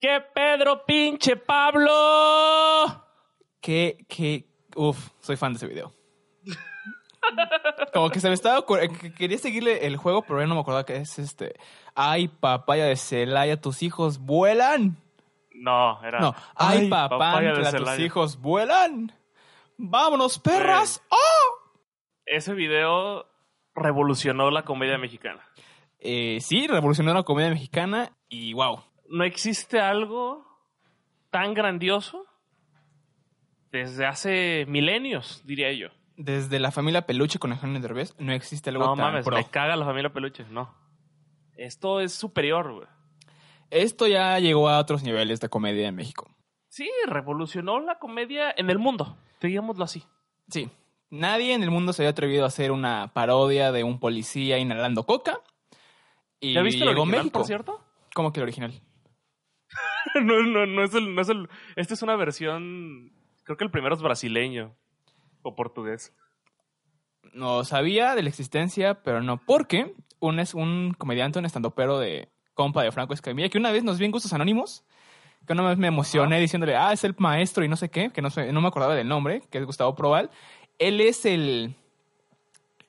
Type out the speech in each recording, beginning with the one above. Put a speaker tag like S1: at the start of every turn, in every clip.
S1: ¡Que Pedro pinche Pablo! Que, que, uf, soy fan de ese video. Como que se me estaba ocurriendo, que quería seguirle el juego, pero ya no me acordaba que es este. Ay, papaya de Celaya, tus hijos vuelan.
S2: No, era.
S1: No, ay, papá,
S2: Ah. papaya de
S1: que tus
S2: Celaya.
S1: hijos vuelan. Vámonos, perras. ¡Oh!
S2: Ese video revolucionó la comedia mexicana.
S1: Eh, sí, revolucionó la comedia mexicana y wow.
S2: No existe algo tan grandioso desde hace milenios, diría yo.
S1: Desde la familia Peluche con Eugenio Derbez no existe algo
S2: No
S1: tan
S2: mames,
S1: pro.
S2: me caga la familia Peluche, no. Esto es superior, güey.
S1: Esto ya llegó a otros niveles de comedia en México.
S2: Sí, revolucionó la comedia en el mundo, digámoslo así.
S1: Sí. Nadie en el mundo se había atrevido a hacer una parodia de un policía inhalando coca. Y
S2: ¿Ya viste el
S1: llegó
S2: original,
S1: México.
S2: por cierto?
S1: ¿Cómo que el original?
S2: no, no, no es el, no es el. Esta es una versión. Creo que el primero es brasileño o portugués.
S1: No sabía de la existencia, pero no porque un es un comediante, un estandopero de compa de Franco Escamilla, que una vez nos vi en Gustos Anónimos, que una vez me emocioné diciéndole, ah, es el maestro y no sé qué, que no, sé- no me acordaba del nombre, que es Gustavo Proval. Él es el,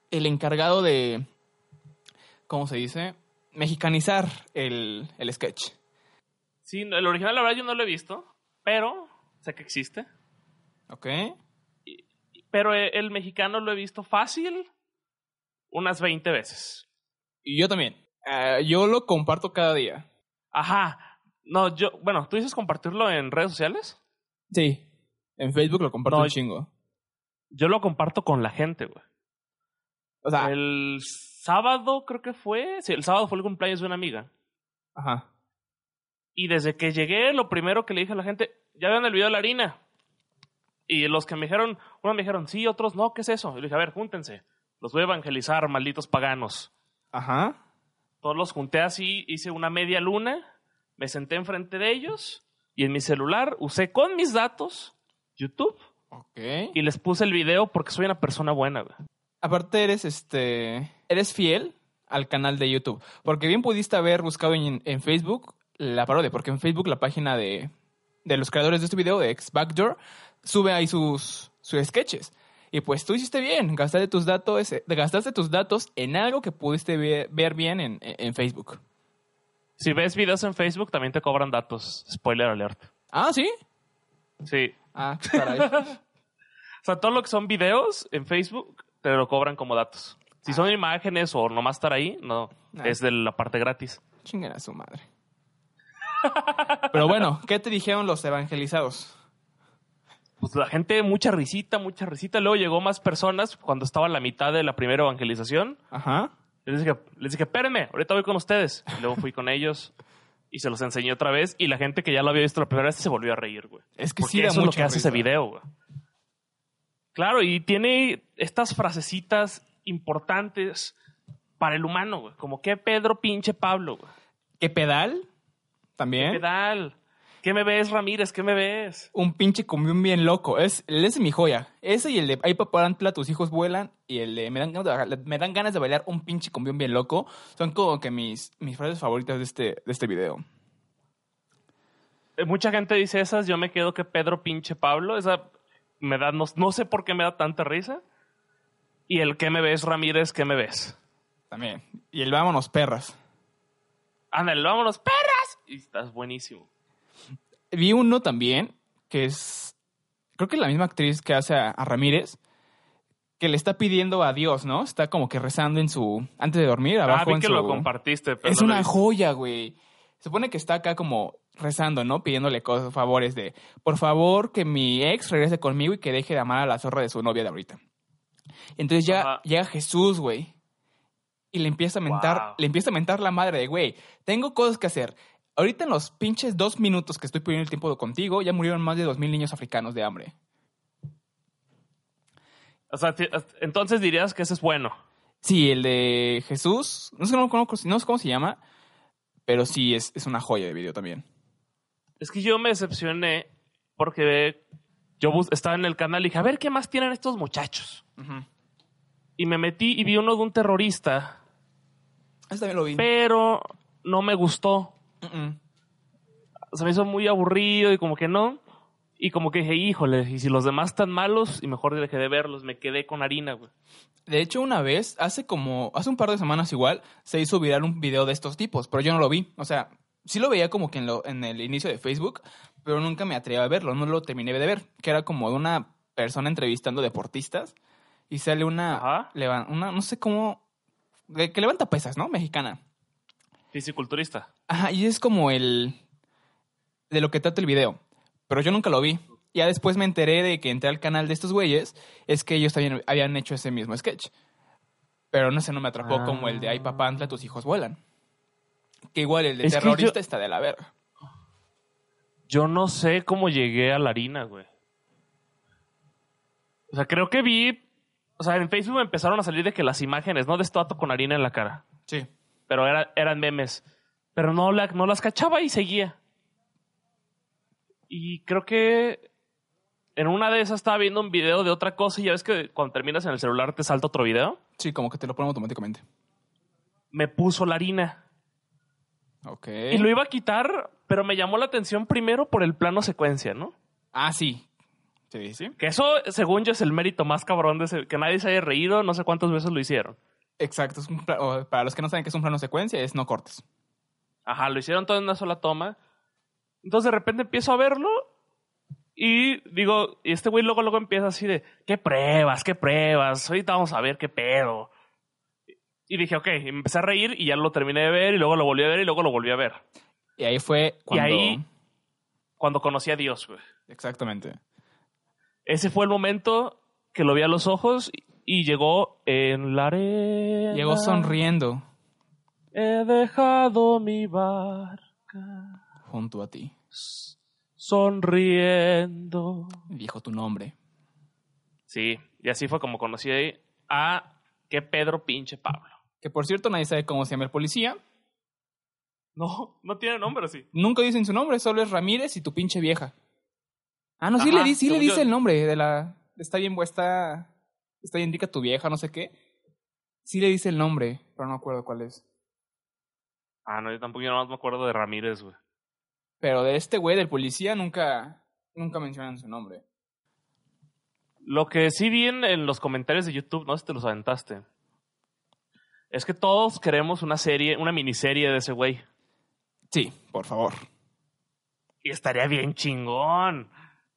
S1: el encargado de, ¿cómo se dice? Mexicanizar el, el sketch.
S2: Sí, no, el original, la verdad, yo no lo he visto, pero sé que existe.
S1: ¿Ok?
S2: Pero e- el mexicano lo he visto fácil unas 20 veces.
S1: Y yo también. Ah, yo lo comparto cada día.
S2: Ajá. No, yo. Bueno, ¿tú dices compartirlo en redes sociales?
S1: Sí. En Facebook lo comparto
S2: No,
S1: un
S2: yo-
S1: chingo.
S2: Yo lo comparto con la gente, güey.
S1: O sea,
S2: El sábado, creo que fue. Sí, el sábado fue el cumpleaños de una amiga.
S1: ajá.
S2: Y desde que llegué, lo primero que le dije a la gente, ya vean el video de la harina. Y los que me dijeron, unos me dijeron, sí, otros no, ¿qué es eso? Y le dije, a ver, júntense. Los voy a evangelizar, malditos paganos.
S1: Ajá.
S2: Todos los junté así, hice una media luna, me senté enfrente de ellos y en mi celular usé con mis datos YouTube
S1: Ok.
S2: y les puse el video porque soy una persona buena. güey.
S1: Aparte eres este. Eres fiel al canal de YouTube. Porque bien pudiste haber buscado en, en Facebook la parodia. Porque en Facebook la página de, de los creadores de este video, de Ex Backdoor, sube ahí sus, sus sketches. Y pues tú hiciste bien, gastaste tus datos, eh, gastaste tus datos en algo que pudiste ve- ver bien en, en Facebook.
S2: Si ves videos en Facebook, también te cobran datos. Spoiler alert.
S1: Ah, sí.
S2: Sí.
S1: Ah, caray.
S2: O sea, todo lo que son videos en Facebook te lo cobran como datos. Si son imágenes o nomás estar ahí, no,
S1: Ah.
S2: es de la parte gratis.
S1: Chinguen a su madre. Pero bueno, ¿qué te dijeron los evangelizados?
S2: Pues la gente, mucha risita, mucha risita. Luego llegó más personas cuando estaba en la mitad de la primera evangelización.
S1: Ajá.
S2: Les dije, les dije, espérenme, ahorita voy con ustedes. Y luego fui con ellos y se los enseñé otra vez. Y la gente que ya lo había visto la primera vez se volvió a reír, güey.
S1: Es que
S2: Porque
S1: sí da
S2: eso es lo
S1: mucha
S2: que hace ese
S1: risa.
S2: video, güey. Claro, y tiene estas frasecitas importantes para el humano, güey. Como que Pedro pinche Pablo, güey.
S1: ¿Qué pedal? También.
S2: pedal. ¿Qué me ves, Ramírez? ¿Qué me ves?
S1: Un pinche cumbión bien loco. Es, ese es mi joya. Ese y el de Ay papá Antla, tus hijos vuelan. Y el de Me dan ganas de, bailar- me dan ganas de bailar un pinche cumbión bien loco. Son como que mis, mis frases favoritas de este, de este video.
S2: Eh, Mucha gente dice esas, yo me quedo que Pedro pinche Pablo. Esa me da, no, no sé por qué me da tanta risa. Y el ¿qué me ves, Ramírez? ¿Qué me ves?
S1: También. Y el vámonos, perras.
S2: Ándale, vámonos, perras. Y estás buenísimo.
S1: Vi uno también, que es. Creo que es la misma actriz que hace a, a Ramírez. Que le está pidiendo a Dios, ¿no? Está como que rezando en su. Antes de dormir,
S2: Ah,
S1: abajo
S2: vi
S1: en
S2: que
S1: su.
S2: lo compartiste. Pero
S1: Es
S2: no lo
S1: una
S2: vi.
S1: joya, güey. Se supone que está acá como rezando, ¿no? Pidiéndole cosas, favores de, por favor, que mi ex regrese conmigo y que deje de amar a la zorra de su novia de ahorita. Entonces ya
S2: Ajá.
S1: llega Jesús, güey. Y le empieza a mentar,
S2: Wow.
S1: le empieza a mentar la madre de, güey, tengo cosas que hacer. Ahorita en los pinches dos minutos que estoy perdiendo el tiempo contigo, ya murieron más de dos mil niños africanos de hambre.
S2: O sea, ti- entonces dirías que ese es bueno.
S1: Sí, el de Jesús, no sé, no, conozco- no sé cómo se llama, pero sí es, es una joya de video también.
S2: Es que yo me decepcioné porque yo bus- estaba en el canal y dije, a ver qué más tienen estos muchachos.
S1: Ujú.
S2: Y me metí y vi uno de un terrorista,
S1: Eso también lo vi.
S2: pero no me gustó.
S1: Mm, mm.
S2: se me hizo muy aburrido y como que no. Y como que dije, híjole, y si los demás están malos, y mejor dejé de verlos, me quedé con harina, güey.
S1: De hecho, una vez, hace como, hace un par de semanas igual, se hizo viral un video de estos tipos, pero yo no lo vi. O sea, sí lo veía como que en, lo, en el inicio de Facebook, pero nunca me atreví a verlo, no lo terminé de ver, que era como de una persona entrevistando deportistas y sale una,
S2: Ajá.
S1: levan- una no sé cómo, de que levanta pesas, ¿no? Mexicana.
S2: Fisiculturista.
S1: Ajá, y es como el. de lo que trata el video. Pero yo nunca lo vi. Ya después me enteré de que entré al canal de estos güeyes, es que ellos también habían hecho ese mismo sketch. Pero no sé, no me atrapó
S2: Ah.
S1: como el de Ay, papá, Antla, tus hijos vuelan. Que igual el de
S2: Es que
S1: terrorista
S2: yo-
S1: está de la verga.
S2: Yo no sé cómo llegué a la harina, güey. O sea, creo que vi. O sea, en Facebook me empezaron a salir de que las imágenes, ¿no? De este vato con harina en la cara.
S1: Sí.
S2: Pero era- eran memes. Pero no, la- no las cachaba y seguía. Y creo que en una de esas estaba viendo un video de otra cosa y ya ves que cuando terminas en el celular te salta otro video.
S1: Sí, como que te lo ponen automáticamente.
S2: Me puso la harina.
S1: Ok.
S2: Y lo iba a quitar, pero me llamó la atención primero por el plano secuencia, ¿no?
S1: Ah, sí. Sí, sí.
S2: Que eso, según yo, es el mérito más cabrón de ese- que nadie se haya reído, no sé cuántas veces lo hicieron.
S1: Exacto. es un pla- o, para los que no saben qué es un plano secuencia, es no cortes.
S2: Ajá, lo hicieron todo en una sola toma. Entonces de repente empiezo a verlo y digo, y este güey luego luego empieza así de, ¿qué pruebas? ¿Qué pruebas? Ahorita vamos a ver qué pedo. Y dije, ok, y me empecé a reír y ya lo terminé de ver y luego lo volví a ver y luego lo volví a ver.
S1: Y ahí fue cuando.
S2: ahí- Cuando conocí a Dios, güey.
S1: Exactamente.
S2: Ese fue el momento que lo vi a los ojos y llegó en la arena.
S1: Llegó sonriendo
S2: He dejado mi barca
S1: junto a ti.
S2: s- sonriendo.
S1: Dijo tu nombre.
S2: Sí, y así fue como conocí a que Pedro pinche Pablo.
S1: Que por cierto, nadie sabe cómo se llama el policía.
S2: No, no tiene nombre sí.
S1: Nunca dicen su nombre, solo es Ramírez y tu pinche vieja. Ah, no, sí
S2: Ajá,
S1: le, di- sí le
S2: según yo-
S1: dice el nombre de la. Está bien, está. Está bien, indica tu vieja, no sé qué. Sí le dice el nombre, pero no me acuerdo cuál es.
S2: Ah, no, yo tampoco yo nomás me acuerdo de Ramírez, güey.
S1: Pero de este güey, del policía, nunca. Nunca mencionan su nombre.
S2: Lo que sí vi en, en los comentarios de YouTube, no sé si te los aventaste. Es que todos queremos una serie, una miniserie de ese güey.
S1: Sí, por favor.
S2: Y estaría bien chingón.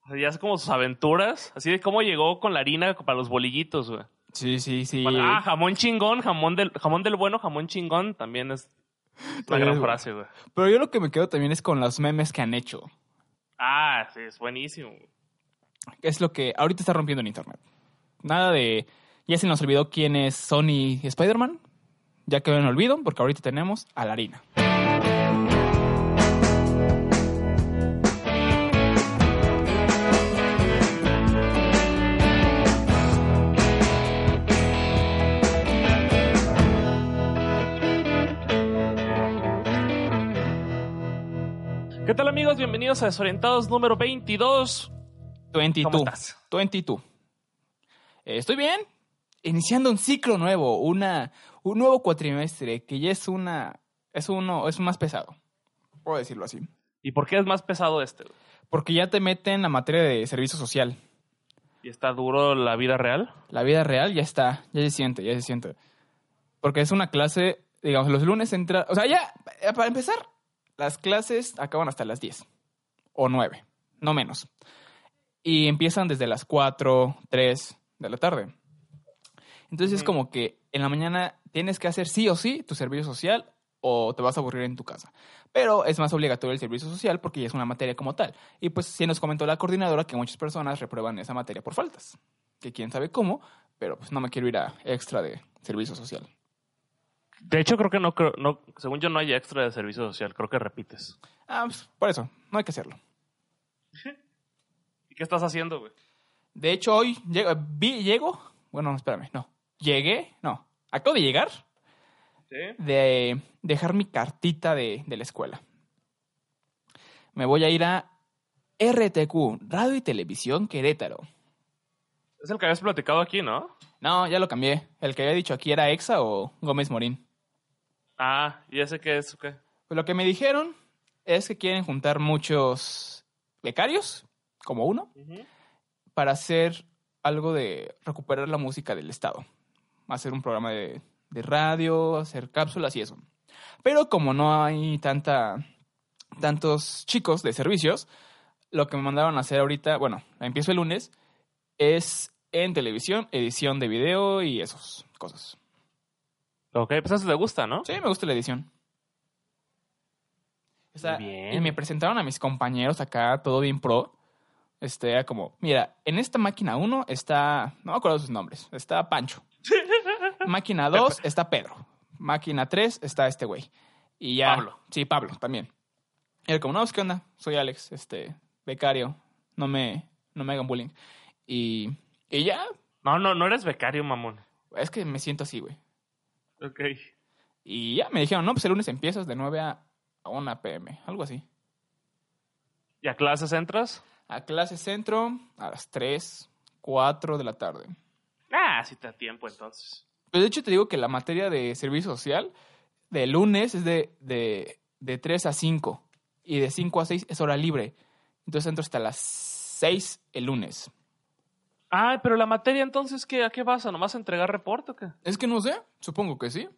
S2: O sea, ya es como sus aventuras. Así de cómo llegó con la harina para los bolillitos, güey.
S1: Sí, sí, sí.
S2: Ah, jamón chingón, jamón del, jamón del bueno, jamón chingón. También es una
S1: También es
S2: gran
S1: bueno.
S2: frase, güey.
S1: Pero yo lo que me quedo también es con los memes que han hecho.
S2: Ah, sí, es buenísimo. güey.
S1: es lo que ahorita está rompiendo en internet. Nada de. Ya se nos olvidó quién es Sony y Spider-Man. Ya quedó en olvido, porque ahorita tenemos a la harina.
S2: ¿Qué tal, amigos? Bienvenidos a Desorientados número 22.
S1: 22.
S2: ¿Cómo estás?
S1: 22. Eh, Estoy bien. Iniciando un ciclo nuevo, una, un nuevo cuatrimestre que ya es una. Es uno, es más pesado. Puedo decirlo así.
S2: ¿Y por qué es más pesado este? güey?
S1: Porque ya te meten la materia de servicio social.
S2: ¿Y está duro la vida real?
S1: La vida real ya está, ya se siente, ya se siente. Porque es una clase, digamos, los lunes entra, o sea, ya, eh, para empezar, las clases acaban hasta las 10 o 9, no menos. Y empiezan desde las 4, 3 de la tarde. Entonces es
S2: Ujú.
S1: como que en la mañana tienes que hacer sí o sí tu servicio social o te vas a aburrir en tu casa. Pero es más obligatorio el servicio social porque ya es una materia como tal. Y pues sí nos comentó la coordinadora que muchas personas reprueban esa materia por faltas. Que quién sabe cómo, pero pues no me quiero ir a extra de servicio social.
S2: De hecho, creo que no, creo- no según yo, no hay extra de servicio social. Creo que repites.
S1: Ah, pues, por eso, no hay que hacerlo.
S2: ¿Y qué estás haciendo, güey?
S1: De hecho, hoy llego, vi- llego- bueno, no, espérame, no. Llegué, no. Acabo de llegar
S2: ¿Sí?
S1: de dejar mi cartita de, de la escuela. Me voy a ir a RTQ, Radio y Televisión Querétaro.
S2: Es el que habías platicado aquí, ¿no?
S1: No, ya lo cambié. El que había dicho aquí era EXA o Gómez Morín.
S2: Ah, ya sé qué es, ¿o ¿qué?
S1: Pues lo que me dijeron es que quieren juntar muchos becarios, como uno,
S2: Ujú.
S1: para hacer algo de recuperar la música del Estado. Hacer un programa de, de radio, hacer cápsulas y eso. Pero como no hay tanta, tantos chicos de servicios, lo que me mandaron a hacer ahorita, bueno, empiezo el lunes, es en televisión, edición de video y esas cosas.
S2: Ok, pues eso te gusta, ¿no?
S1: Sí, me gusta la edición. O sea,
S2: Muy bien.
S1: Y me presentaron a mis compañeros acá, todo bien pro. Este, era como, mira, en esta máquina 1 está, no me acuerdo sus nombres, está Pancho. máquina 2 está Pedro. Máquina 3 está este güey. Y ya.
S2: Pablo.
S1: Sí, Pablo también. Y era como, no, pues, ¿qué onda? Soy Alex, este, becario. No me, no me hagan bullying. Y, y ya,
S2: No, no, no eres becario, mamón.
S1: es que me siento así, güey.
S2: Ok.
S1: Y ya me dijeron, no, pues el lunes empiezas de 9 a a 1 pm, algo así.
S2: ¿Y a clases entras?
S1: A clase centro a las 3, 4 de la tarde.
S2: Ah, si te da tiempo entonces.
S1: Pero de hecho te digo que la materia de servicio social de lunes es de, de, de 3 a 5 y de 5 a 6 es hora libre. Entonces entro hasta las 6 el lunes.
S2: Ah, pero la materia entonces, ¿qué, ¿a qué vas? ¿A nomás entregar reporte o qué?
S1: Es que no sé, supongo que sí.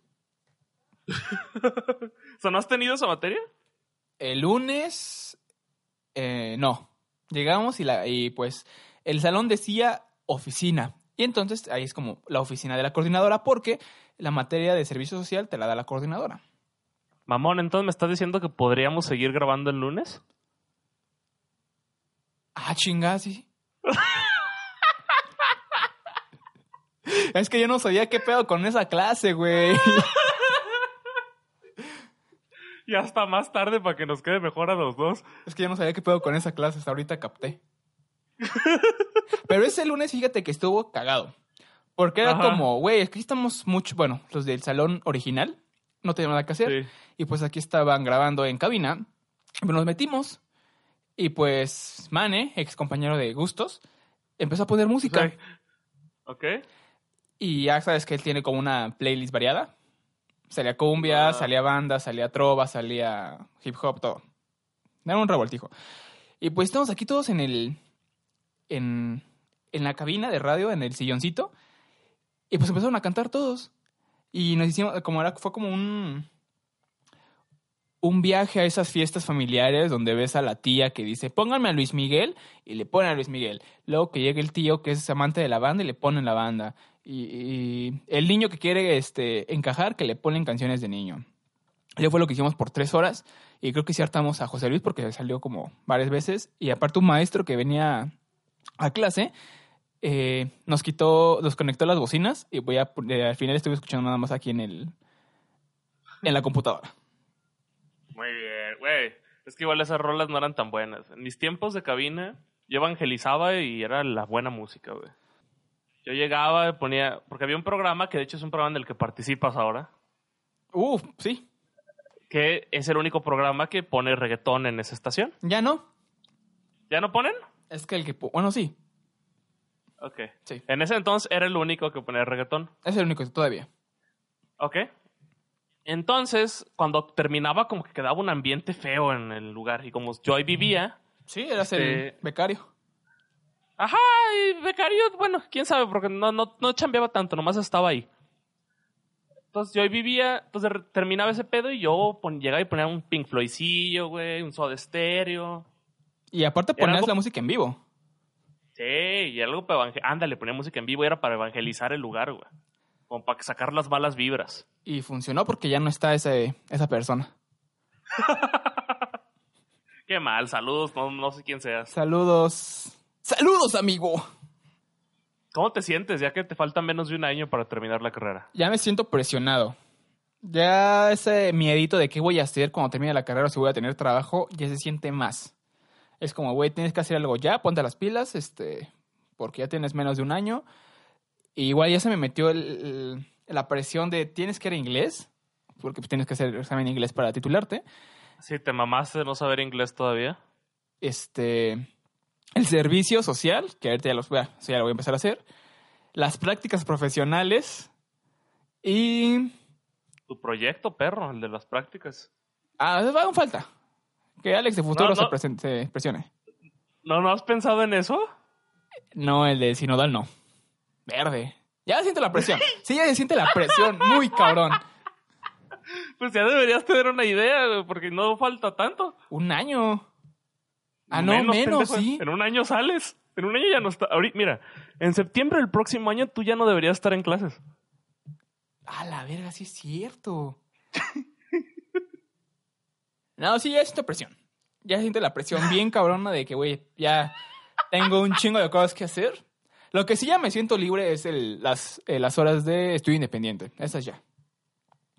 S2: O sea, ¿no has tenido esa materia?
S1: El lunes, eh, no. Llegamos y, la, y pues el salón decía oficina. Y entonces ahí es como la oficina de la coordinadora porque la materia de servicio social te la da la coordinadora.
S2: Mamón, entonces me estás diciendo que podríamos seguir grabando el lunes.
S1: Ah, chingada, sí. es que yo no sabía qué pedo con esa clase, güey.
S2: Y hasta más tarde para que nos quede mejor a los dos.
S1: Es que yo no sabía qué pedo con esa clase, hasta ahorita capté. Pero ese lunes, fíjate que estuvo cagado. Porque era
S2: Ajá.
S1: como, güey, aquí estamos mucho, bueno, los del salón original no tenían nada que hacer.
S2: Sí.
S1: Y pues aquí estaban grabando en cabina. Pero nos metimos. Y pues Mane, ex compañero de Gustos, empezó a poner música.
S2: Ok. Ok.
S1: Y ya sabes que él tiene como una playlist variada. Salía cumbia,
S2: Ah.
S1: salía banda, salía trova, salía hip hop, todo. Era un revoltijo. Y pues estamos aquí todos en el. En, en la cabina de radio, en el silloncito. Y pues empezaron a cantar todos. Y nos hicimos. Como era, fue como un. Un viaje a esas fiestas familiares donde ves a la tía que dice, pónganme a Luis Miguel, y le ponen a Luis Miguel. Luego que llega el tío que es amante de la banda y le ponen la banda. Y, y el niño que quiere este, encajar, que le ponen canciones de niño. Eso fue lo que hicimos por tres horas. Y creo que sí hartamos a José Luis porque salió como varias veces. Y aparte un maestro que venía a clase eh, nos quitó, nos conectó las bocinas. Y voy a, eh, al final estuve escuchando nada más aquí en el en la computadora.
S2: Muy bien, güey. Es que igual esas rolas no eran tan buenas. En mis tiempos de cabina, yo evangelizaba y era la buena música, güey. Yo llegaba, ponía. Porque había un programa que de hecho es un programa en el que participas ahora.
S1: Uh, sí.
S2: Que es el único programa que pone reggaetón en esa estación.
S1: Ya no.
S2: ¿Ya no ponen?
S1: Es que el que... pu- Bueno, sí.
S2: Ok.
S1: Sí.
S2: En ese entonces era el único que ponía reggaetón.
S1: Es el único todavía.
S2: Ok. Entonces, cuando terminaba, como que quedaba un ambiente feo en el lugar. Y como yo ahí vivía,
S1: Sí, eras el
S2: Este-
S1: becario.
S2: Ajá, y becario, bueno, quién sabe, porque no, no, no chambeaba tanto, nomás estaba ahí. Entonces yo ahí vivía, entonces re- terminaba ese pedo y yo pon- llegaba y ponía un Pink Floydcillo, güey, un Soda Stereo.
S1: Y aparte
S2: Era
S1: ponías
S2: algo-
S1: la música en vivo.
S2: Sí, y algo para evangelizar. Ándale, ponía música en vivo, era para evangelizar el lugar, güey. Como para sacar las malas vibras.
S1: Y funcionó porque ya no está ese, esa persona.
S2: Qué mal, saludos, no, no sé quién seas.
S1: Saludos. Saludos, amigo.
S2: ¿Cómo te sientes ya que te falta menos de un año para terminar la carrera?
S1: Ya me siento presionado. Ya ese miedito de qué voy a hacer cuando termine la carrera o si voy a tener trabajo, ya se siente más. Es como, güey, tienes que hacer algo ya, ponte las pilas, este, porque ya tienes menos de un año. Y igual ya se me metió el- el- la presión de tienes que ir a inglés, porque pues, tienes que hacer examen de inglés para titularte.
S2: Sí, te mamaste de no saber inglés todavía.
S1: este el servicio social, que ahorita ya, los voy a, eso ya lo voy a empezar a hacer, las prácticas profesionales y...
S2: Tu proyecto, perro, el de las prácticas.
S1: Ah, aún falta. Que Alex de futuro
S2: No,
S1: se
S2: no.
S1: presen- se presione.
S2: ¿No, ¿No has pensado en eso?
S1: No, el de Sinodal no. Verde. Ya siente la presión. Sí, ya se siente la presión. Muy cabrón.
S2: Pues ya deberías tener una idea, güey, porque no falta tanto.
S1: Un año. Ah, no, menos,
S2: pendejo.
S1: sí.
S2: En un año sales. En un año ya no está. Ahorita, mira, en septiembre del próximo año tú ya no deberías estar en clases.
S1: A la verga, sí es cierto. no, sí, ya siento presión. Ya siento la presión bien cabrona de que, güey, ya tengo un chingo de cosas que hacer. Lo que sí ya me siento libre es el, las, eh, las horas de estudio independiente. Esas ya.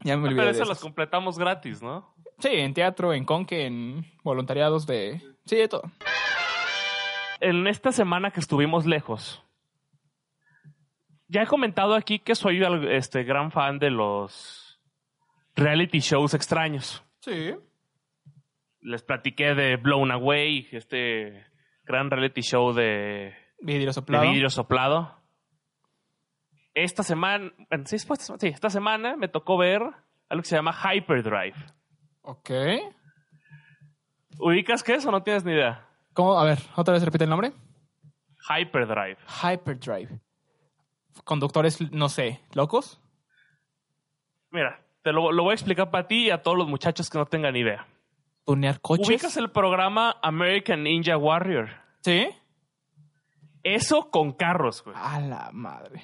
S1: Ya me olvidé.
S2: Ah, Pero
S1: de
S2: esas las
S1: esas.
S2: completamos gratis, ¿no?
S1: Sí, en teatro, en conque, en voluntariados de... Sí, de todo.
S2: En esta semana que estuvimos lejos, ya he comentado aquí que soy al- este gran fan de los reality shows extraños.
S1: Sí.
S2: Les platiqué de Blown Away, este gran reality show de
S1: Vidrio
S2: de
S1: soplado.
S2: vidrio soplado. Esta semana, bueno, sí, fue esta semana, sí, esta semana me tocó ver algo que se llama Hyperdrive.
S1: Ok.
S2: ¿Ubicas qué es o no tienes ni idea?
S1: ¿Cómo? A ver, otra vez repite el nombre.
S2: Hyperdrive.
S1: Hyperdrive. Conductores, no sé, locos.
S2: Mira, te lo, lo voy a explicar para ti y a todos los muchachos que no tengan idea.
S1: Tunear coches.
S2: ¿Ubicas el programa American Ninja Warrior?
S1: Sí.
S2: Eso con carros, güey.
S1: A la madre.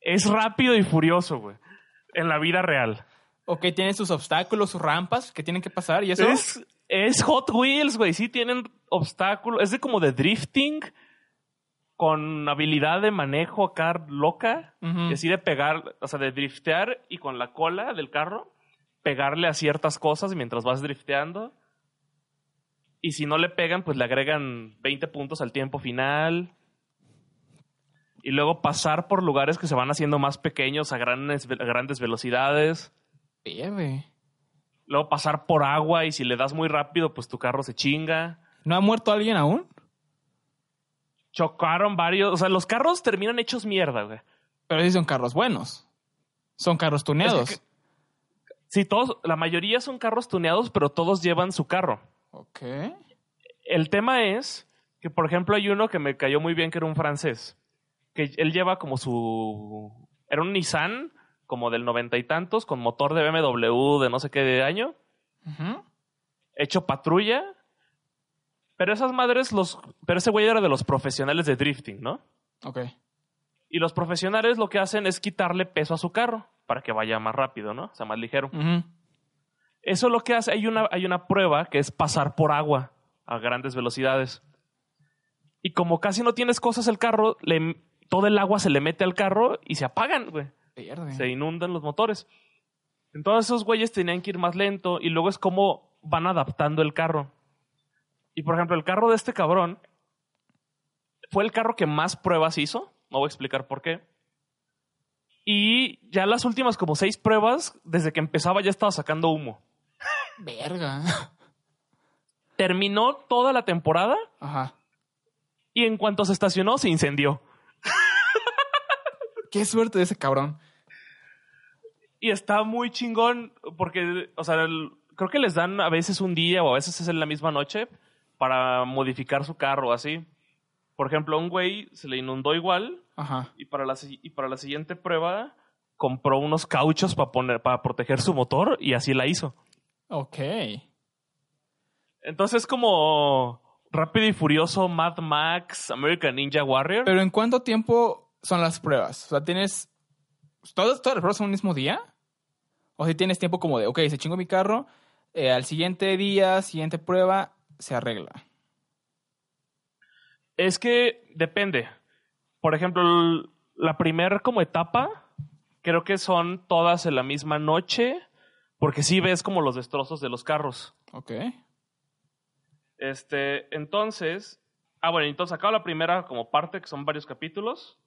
S2: Es rápido y furioso, güey. En la vida real.
S1: Ok, tiene sus obstáculos, sus rampas que tienen que pasar y eso.
S2: Es, es Hot Wheels, güey. Sí tienen obstáculos. Es de como de drifting con habilidad de manejo acá loca.
S1: Ujú.
S2: Y así de pegar, o sea, de driftear y con la cola del carro pegarle a ciertas cosas mientras vas drifteando. Y si no le pegan, pues le agregan 20 puntos al tiempo final. Y luego pasar por lugares que se van haciendo más pequeños a grandes, a grandes velocidades
S1: Bebe.
S2: luego pasar por agua y si le das muy rápido, pues tu carro se chinga.
S1: ¿No ha muerto alguien aún?
S2: Chocaron varios, o sea, los carros terminan hechos mierda, güey.
S1: Pero sí son carros buenos. Son carros tuneados.
S2: Es que- Sí, todos, la mayoría son carros tuneados, pero todos llevan su carro.
S1: Ok.
S2: El tema es que, por ejemplo, hay uno que me cayó muy bien, que era un francés, que él lleva como su... Era un Nissan, como del noventa y tantos, con motor de BMW de no sé qué de año.
S1: Ujú.
S2: hecho patrulla. Pero esas madres, los. Pero ese güey era de los profesionales de drifting, ¿no?
S1: Ok.
S2: Y los profesionales lo que hacen es quitarle peso a su carro para que vaya más rápido, ¿no? O sea, más ligero.
S1: Ujú.
S2: Eso lo que hace, hay una, hay una prueba que es pasar por agua a grandes velocidades. Y como casi no tienes cosas el carro, le- todo el agua se le mete al carro y se apagan, güey
S1: Pierde.
S2: se inundan los motores. Entonces esos güeyes tenían que ir más lento y luego es como van adaptando el carro. Y por ejemplo, el carro de este cabrón fue el carro que más pruebas hizo, no voy a explicar por qué. Y ya las últimas como seis pruebas, desde que empezaba ya estaba sacando humo.
S1: Verga.
S2: Terminó toda la temporada
S1: Ajá.
S2: y en cuanto se estacionó se incendió.
S1: Qué suerte de ese cabrón.
S2: Y está muy chingón porque, o sea, el- creo que les dan a veces un día o a veces es en la misma noche para modificar su carro así. Por ejemplo, a un güey se le inundó igual
S1: Ajá.
S2: y para la, si- y para la siguiente prueba compró unos cauchos para poner para proteger su motor y así la hizo.
S1: Ok.
S2: Entonces como Rápido y Furioso, Mad Max, American Ninja Warrior.
S1: Pero ¿en cuánto tiempo son las pruebas? O sea, ¿tienes. ¿Todas, todas las pruebas son el mismo día? O si tienes tiempo como de, ok, se chingó mi carro, eh, al siguiente día, siguiente prueba, se arregla.
S2: Es que depende. Por ejemplo, l- la primer como etapa, creo que son todas en la misma noche, porque sí ves como los destrozos de los carros.
S1: Ok.
S2: Este, entonces, ah bueno, entonces acaba la primera como parte, que son varios capítulos,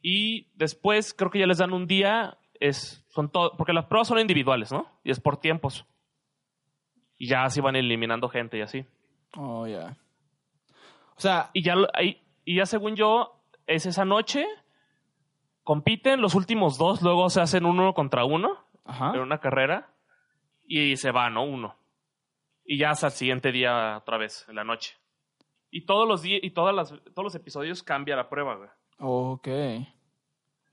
S2: y después creo que ya les dan un día, es, son todo, porque las pruebas son individuales, ¿no? Y es por tiempos. Y ya así van eliminando gente y así.
S1: Oh, ya. O sea,
S2: Y ya, lo- ahí- y ya según yo, es esa noche. Compiten los últimos dos, luego se
S1: Ah.
S2: hacen uno contra uno
S1: ajá.
S2: en una carrera. Y se va, ¿no? Uno. Y ya hasta el siguiente día otra vez, en la noche. Y todos los días, y todas las, todos los episodios cambia la prueba, güey.
S1: Ok.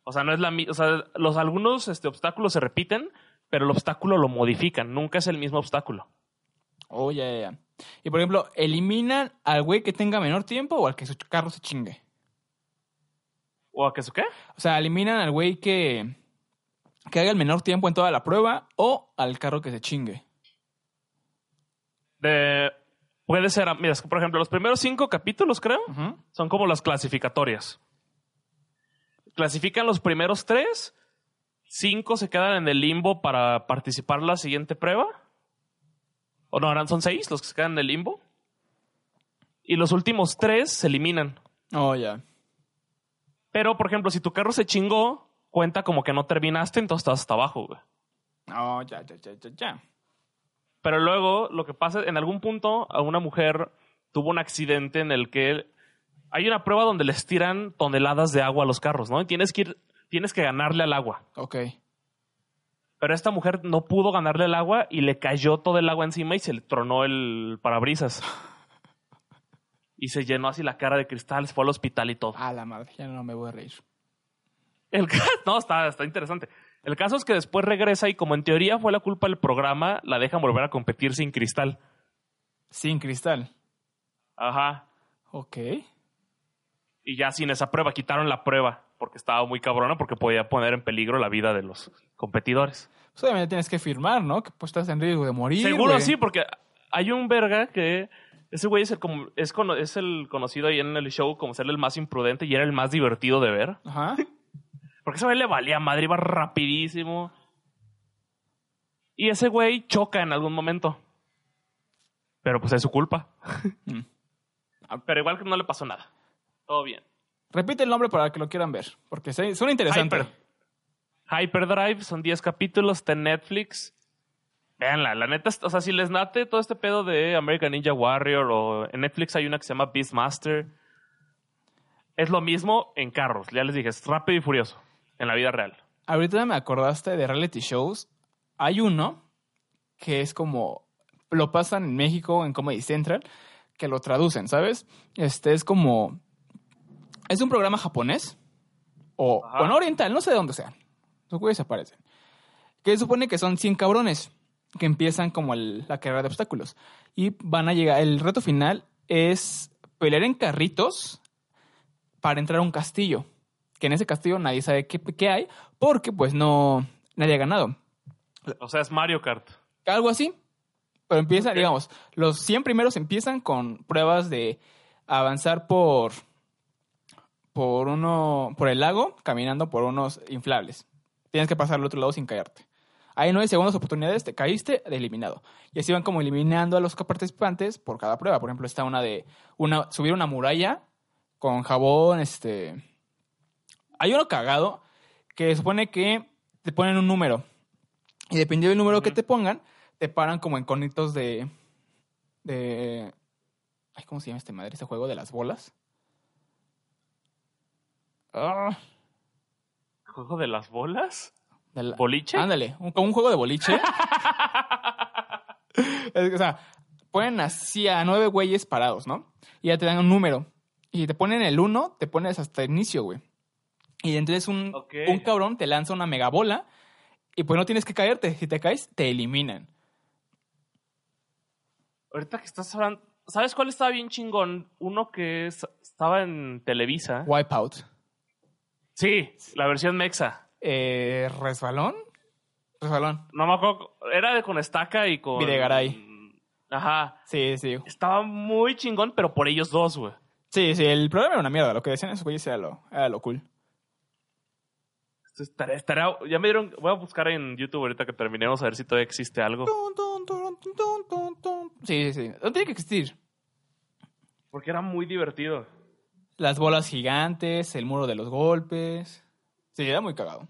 S2: O sea, no es la mi- o sea, los algunos este, obstáculos se repiten, pero el obstáculo lo modifican, nunca es el mismo obstáculo.
S1: Oh, ya, ya, ya. Y por ejemplo, ¿eliminan al güey que tenga menor tiempo o al que su carro se chingue?
S2: ¿O a qué su qué?
S1: O sea, ¿eliminan al güey que, que haga el menor tiempo en toda la prueba o al carro que se chingue?
S2: De- puede ser, mira, es que, por ejemplo, los primeros cinco capítulos, creo,
S1: Ujú.
S2: son como las clasificatorias. Clasifican los primeros tres, cinco se quedan en el limbo para participar la siguiente prueba. O no, eran, son seis los que se quedan en el limbo. Y los últimos tres se eliminan.
S1: Oh, ya.
S2: Pero, por ejemplo, si tu carro se chingó, cuenta como que no terminaste, entonces estás hasta abajo, güey.
S1: Oh, ya, ya, ya, ya, ya.
S2: Pero luego, lo que pasa, en algún punto, a una mujer tuvo un accidente en el que hay una prueba donde les tiran toneladas de agua a los carros, ¿no? Y tienes que ir, tienes que ganarle al agua.
S1: Ok.
S2: Pero esta mujer no pudo ganarle al agua y le cayó todo el agua encima y se le tronó el parabrisas. Y se llenó así la cara de cristal, se fue al hospital y todo.
S1: A la madre, ya no me voy a reír.
S2: El ca- no, está, está interesante. El caso es que después regresa y como en teoría fue la culpa del programa, la dejan volver a competir sin cristal.
S1: Sin cristal.
S2: Ajá.
S1: Ok. Pues
S2: Y ya sin esa prueba, quitaron la prueba porque estaba muy cabrona porque podía poner en peligro la vida de los competidores.
S1: Pues obviamente tienes que firmar, ¿no? Que pues estás en riesgo de morir.
S2: Seguro
S1: güey.
S2: sí, porque hay un verga que ese güey es el, como- es, cono- es el conocido ahí en el show como ser el más imprudente y era el más divertido de ver.
S1: Ajá.
S2: Porque ese güey le valía madre, iba rapidísimo. Y ese güey choca en algún momento. Pero pues es su culpa.
S1: Mm.
S2: Pero igual que no le pasó nada. Todo bien.
S1: Repite el nombre para que lo quieran ver, porque se- suena interesante.
S2: Hyper. Hyperdrive son 10 capítulos, está en Netflix. Veanla, la neta, o sea, si les nate todo este pedo de American Ninja Warrior o en Netflix hay una que se llama Beastmaster. Es lo mismo en carros, ya les dije, es rápido y furioso en la vida real.
S1: Ahorita me acordaste de reality shows. Hay uno que es como lo pasan en México en Comedy Central que lo traducen, ¿sabes? Este es como es un programa japonés o
S2: Ajá.
S1: o no oriental, no sé de dónde sean. Los güeyes aparecen. Que supone que son 100 cabrones que empiezan como el- la carrera de obstáculos y van a llegar el reto final es pelear en carritos para entrar a un castillo. Que en ese castillo nadie sabe qué, qué hay, porque pues no, nadie ha ganado.
S2: O sea, es Mario Kart.
S1: Algo así. Pero empiezan,
S2: Ok.
S1: digamos, los 100 primeros empiezan con pruebas de avanzar por por uno por el lago caminando por unos inflables. Tienes que pasar al otro lado sin caerte. Hay nueve segundos de oportunidades, te caíste, eliminado. Y así van como eliminando a los participantes por cada prueba. Por ejemplo, está una de una, subir una muralla con jabón, este... Hay uno cagado que supone que te ponen un número. Y dependiendo del número que
S2: Ujú.
S1: te pongan, te paran como en conitos de... de ay, ¿cómo se llama este madre? Este juego de las bolas. Ah,
S2: ¿Juego de las bolas?
S1: de la-
S2: ¿Boliche?
S1: Ándale, un, como un juego de boliche. Es que, o sea, ponen así a nueve güeyes parados, ¿no? Y ya te dan un número. Y te ponen el uno, te pones hasta el inicio, güey. Y entonces un,
S2: Ok.
S1: un cabrón te lanza una megabola y pues no tienes que caerte. Si te caes, te eliminan.
S2: Ahorita que estás hablando, ¿sabes cuál estaba bien chingón? Uno que es- estaba en Televisa.
S1: Wipeout.
S2: Sí, la versión mexa.
S1: Eh, ¿Resbalón? Resbalón.
S2: No me acuerdo, era de con estaca y con
S1: Videgaray.
S2: Ajá.
S1: Sí, sí.
S2: Estaba muy chingón, pero por ellos dos, güey.
S1: Sí, sí, el programa era una mierda. Lo que decían esos güeyes era lo, era lo cool.
S2: Esto Estaría, estaría- ya me dieron, voy a buscar en YouTube ahorita que terminemos a ver si todavía existe algo.
S1: Tun, tun, turun, tun, tun, tun, tun. Sí, sí, sí. No tiene que existir.
S2: Porque era muy divertido.
S1: Las bolas gigantes, el muro de los golpes. Sí, era muy cagado.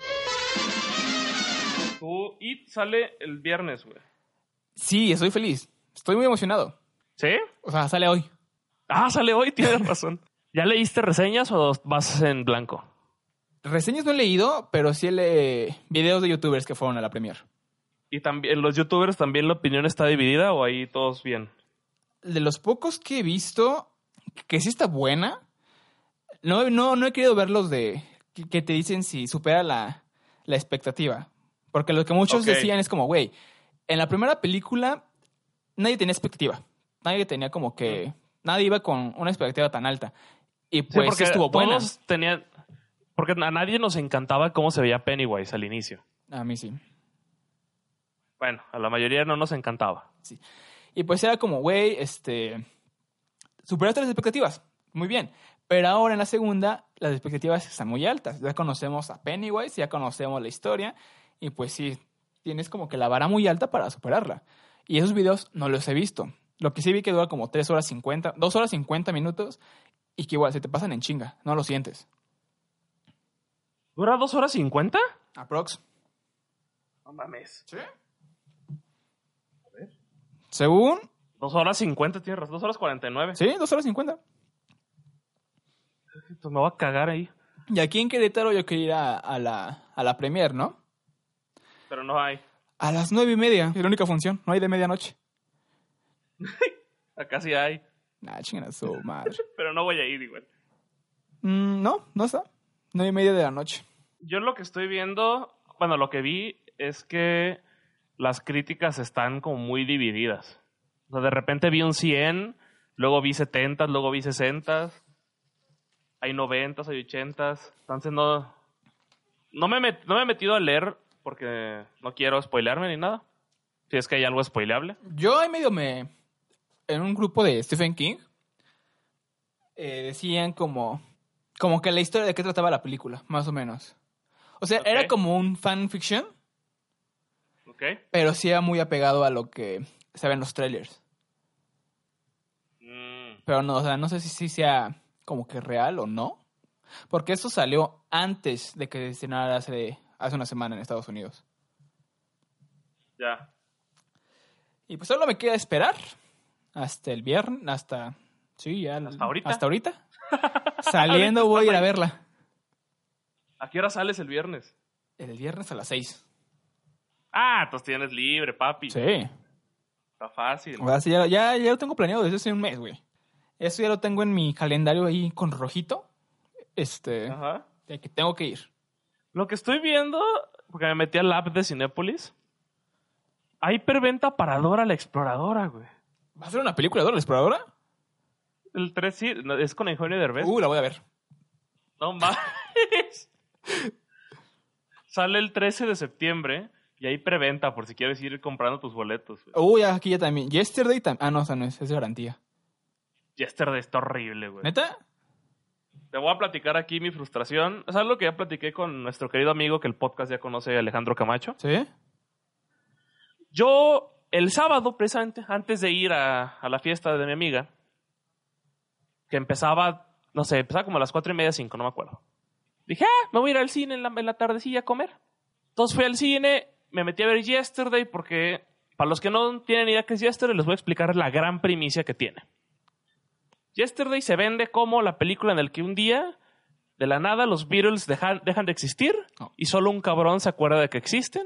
S2: Tú, y sale el viernes, güey.
S1: Sí, estoy feliz. Estoy muy emocionado.
S2: ¿Sí?
S1: O sea, sale hoy.
S2: Ah, sale hoy, tienes razón. ¿Ya leíste reseñas o vas en blanco?
S1: Reseñas no he leído, pero sí le videos de youtubers que fueron a la premier.
S2: Y también los youtubers también la opinión está dividida o ahí todos bien.
S1: De los pocos que he visto, que sí está buena, no, no, no he querido ver los de que, que te dicen si supera la, la expectativa. Porque lo que muchos
S2: Ok.
S1: decían es como, güey, en la primera película nadie tenía expectativa. Nadie tenía como que... Nadie iba con una expectativa tan alta. Y
S2: Sí,
S1: pues sí
S2: porque
S1: estuvo buena.
S2: todos tenían. Porque a nadie nos encantaba cómo se veía Pennywise al inicio.
S1: A mí sí.
S2: Bueno, a la mayoría no nos encantaba.
S1: Y pues era como, güey, este. Superaste las expectativas. Muy bien. Pero ahora en la segunda, las expectativas están muy altas. Ya conocemos a Pennywise, ya conocemos la historia. Y pues sí, tienes como que la vara muy alta para superarla. Y esos videos no los he visto. Lo que sí vi que dura como 3 horas 50, 2 horas 50 minutos. Y que igual se te pasan en chinga. No lo sientes.
S2: ¿Dura dos horas cincuenta?
S1: Aprox.
S2: No mames.
S1: ¿Sí? Según.
S2: Dos horas cincuenta, tienes razón. Dos horas cuarenta y nueve.
S1: Sí, 2 horas 50.
S2: Entonces pues me voy a cagar ahí.
S1: Y aquí en Querétaro yo quería ir a, a la, a la premier, ¿no?
S2: Pero no hay.
S1: A las nueve y media. Es la única función. No hay de medianoche.
S2: Acá sí hay.
S1: Nah, chingan a su madre.
S2: Pero no voy a ir igual.
S1: Mm, no, no está. Nueve y media de la noche.
S2: Yo lo que estoy viendo, bueno, lo que vi es que las críticas están como muy divididas. O sea, de repente vi un 100, luego vi 70, luego vi 60, hay 90, hay 80. Entonces no, no, me met- no me he metido a leer porque no quiero spoilearme ni nada. Si es que hay algo spoileable.
S1: Yo ahí medio me... En un grupo de Stephen King eh, decían como... Como que la historia de qué trataba la película, más o menos. O sea, era
S2: Ok.
S1: como un fanfiction,
S2: ¿Ok?
S1: pero sí era muy apegado a lo que se ve en los trailers.
S2: Mm,
S1: Pero no, o sea, no sé si sí sea como que real o no. Porque esto salió antes de que se estrenara hace, hace una semana en Estados Unidos.
S2: ya.
S1: Y pues solo me queda esperar hasta el viernes, hasta... Sí, ya. el-
S2: ¿Hasta ahorita?
S1: Hasta ahorita. Saliendo voy a ir a verla.
S2: ¿A qué hora sales el viernes?
S1: El viernes a las 6.
S2: Ah, entonces tienes libre, papi.
S1: Sí.
S2: Está fácil.
S1: O sea, sí, ya, ya, ya lo tengo planeado desde hace un mes, güey. Eso ya lo tengo en mi calendario ahí con rojito. Este...
S2: Ajá.
S1: De que tengo que ir.
S2: Lo que estoy viendo, porque me metí al app de Cinépolis, hay perventa para Dora la Exploradora, güey.
S1: ¿Va a ser una película de Dora la Exploradora?
S2: El 3 sí, no, es con Eugenio Derbez.
S1: Uh, la voy a ver.
S2: No mames. Sale el 13 de septiembre y hay preventa por si quieres ir comprando tus boletos. güey.
S1: Uy, aquí ya también. Yesterday también. Ah, no, o sea, no es, es de garantía.
S2: Yesterday está horrible, güey.
S1: ¿Neta?
S2: Te voy a platicar aquí mi frustración. Es algo que ya platiqué con nuestro querido amigo que el podcast ya conoce, Alejandro Camacho.
S1: ¿Sí?
S2: Yo, el sábado, precisamente, antes de ir a, a la fiesta de mi amiga, que empezaba, no sé, empezaba como a las cuatro y media, cinco, no me acuerdo. Dije, ah, me voy a ir al cine en la, en la tardecilla a comer. Entonces fui al cine, me metí a ver Yesterday, porque para los que no tienen idea qué es Yesterday, les voy a explicar la gran primicia que tiene. Yesterday se vende como la película en la que un día, de la nada, los Beatles dejan, dejan de existir
S1: Oh.
S2: y solo un cabrón se acuerda de que existen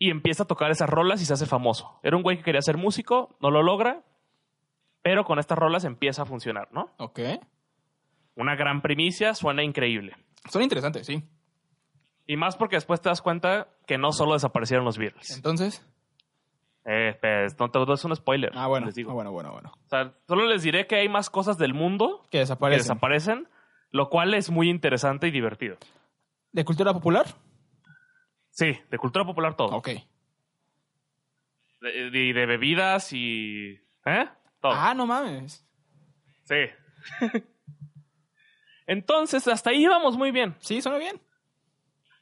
S2: y empieza a tocar esas rolas y se hace famoso. Era un güey que quería ser músico, no lo logra, pero con estas rolas empieza a funcionar, ¿no?
S1: Ok.
S2: Una gran primicia, suena increíble.
S1: Son interesantes, sí.
S2: Y más porque después te das cuenta que no solo desaparecieron los Beatles.
S1: Entonces.
S2: Eh, pues, no todo es un spoiler.
S1: Ah, bueno.
S2: Les digo.
S1: Ah, bueno, bueno, bueno.
S2: O sea, solo les diré que hay más cosas del mundo
S1: Que
S2: que
S1: desaparecen.
S2: desaparecen, lo cual es muy interesante y divertido.
S1: ¿De cultura popular?
S2: Sí, de cultura popular todo.
S1: Ok.
S2: De- Y de, bebidas y... ¿Eh? Todo.
S1: Ah, no mames.
S2: Sí. Entonces, hasta ahí íbamos muy bien.
S1: Sí, suena bien.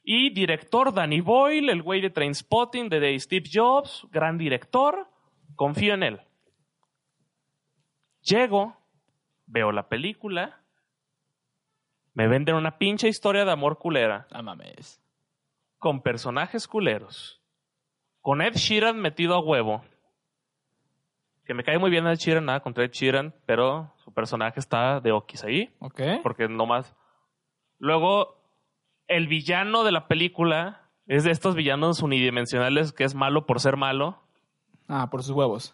S2: Y director Danny Boyle, el güey de Trainspotting, de The Steve Jobs, gran director. Confío en él. Llego, veo la película, me venden una pinche historia de amor culera,
S1: Ah, mames.
S2: con personajes culeros, con Ed Sheeran metido a huevo. Que me cae muy bien Ed Sheeran, nada contra Ed Sheeran, pero su personaje está de okis ahí
S1: Ok.
S2: porque nomás. Luego, el villano de la película Es de estos villanos unidimensionales que es malo por ser malo.
S1: Ah, por sus huevos.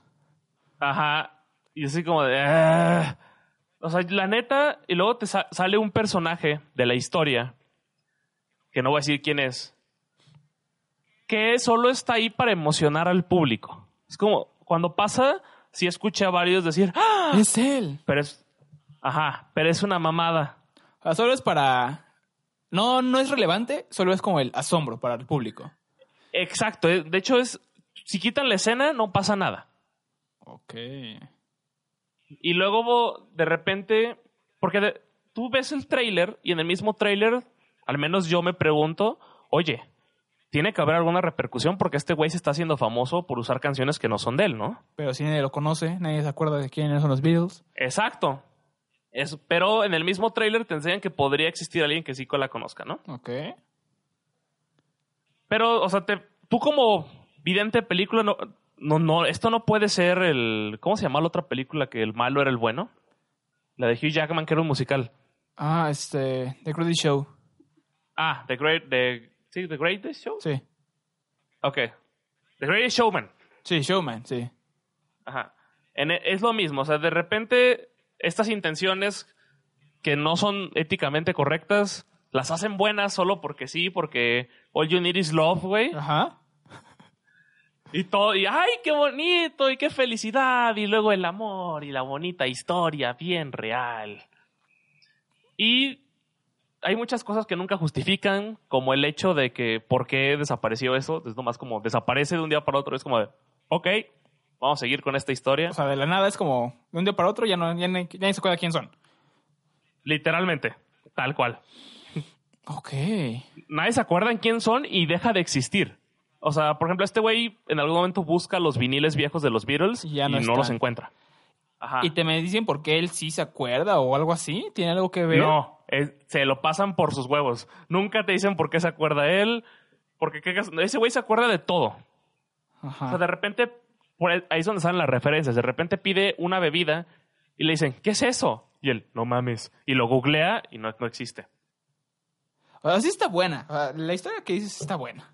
S2: Ajá. Y así como de. "Ah". O sea, la neta. Y luego te sa- sale un personaje de la historia. Que no voy a decir quién es. Que solo está ahí para emocionar al público. Es como cuando pasa, sí escuché a varios decir. "Ah",
S1: Es él.
S2: Pero es. Ajá. Pero es una mamada.
S1: O sea, solo es para. No, no es relevante, solo es como el asombro para el público.
S2: Exacto. eh, De hecho, es. Si quitan la escena, no pasa nada.
S1: Ok.
S2: Y luego bo- de repente, porque de- tú ves el tráiler y en el mismo tráiler, al menos yo me pregunto, oye, tiene que haber alguna repercusión porque este güey se está haciendo famoso por usar canciones que no son de él, ¿no?
S1: Pero si nadie lo conoce, nadie se acuerda de quiénes son los Beatles.
S2: Exacto. Es- pero en el mismo tráiler te enseñan que podría existir alguien que sí la conozca, ¿no?
S1: Ok.
S2: Pero, o sea, te- tú como vidente de película, no, no, no, esto no puede ser el, ¿cómo se llama la otra película que el malo era el bueno? La de Hugh Jackman, que era un musical.
S1: Ah, este. The Crudy Show.
S2: Ah, The Great, the, sí, The Greatest Show.
S1: Sí.
S2: Ok. The Greatest Showman.
S1: Sí, Showman, sí.
S2: Ajá. En e- es lo mismo, o sea, de repente estas intenciones que no son éticamente correctas las hacen buenas solo porque sí, porque all you need is love, güey.
S1: Ajá.
S2: Y todo, y ay, qué bonito, y qué felicidad, y luego el amor, y la bonita historia, bien real. Y hay muchas cosas que nunca justifican, como el hecho de que por qué desapareció eso, es nomás como desaparece de un día para otro, es como de, ok, vamos a seguir con esta historia.
S1: O sea, de la nada es como de un día para otro ya no ya ni- ya ni se acuerda quién son.
S2: Literalmente, tal cual.
S1: Ok.
S2: Nadie se acuerda en quién son y deja de existir. O sea, por ejemplo, este güey en algún momento busca los viniles viejos de los Beatles
S1: Y ya no
S2: y no los
S1: están.
S2: encuentra. Ajá.
S1: ¿Y te me dicen por qué él sí se acuerda o algo así? ¿Tiene algo que ver?
S2: No, es- se lo pasan por sus huevos. Nunca te dicen por qué se acuerda él, porque qué cas- ese güey se acuerda de todo. O sea,
S1: Ajá.
S2: de repente, por ahí ahí es donde salen las referencias. De repente pide una bebida y le dicen, ¿qué es eso? Y él, no mames. Y lo googlea y no, no existe.
S1: O sea, sí está buena. O sea, La historia que dices está buena.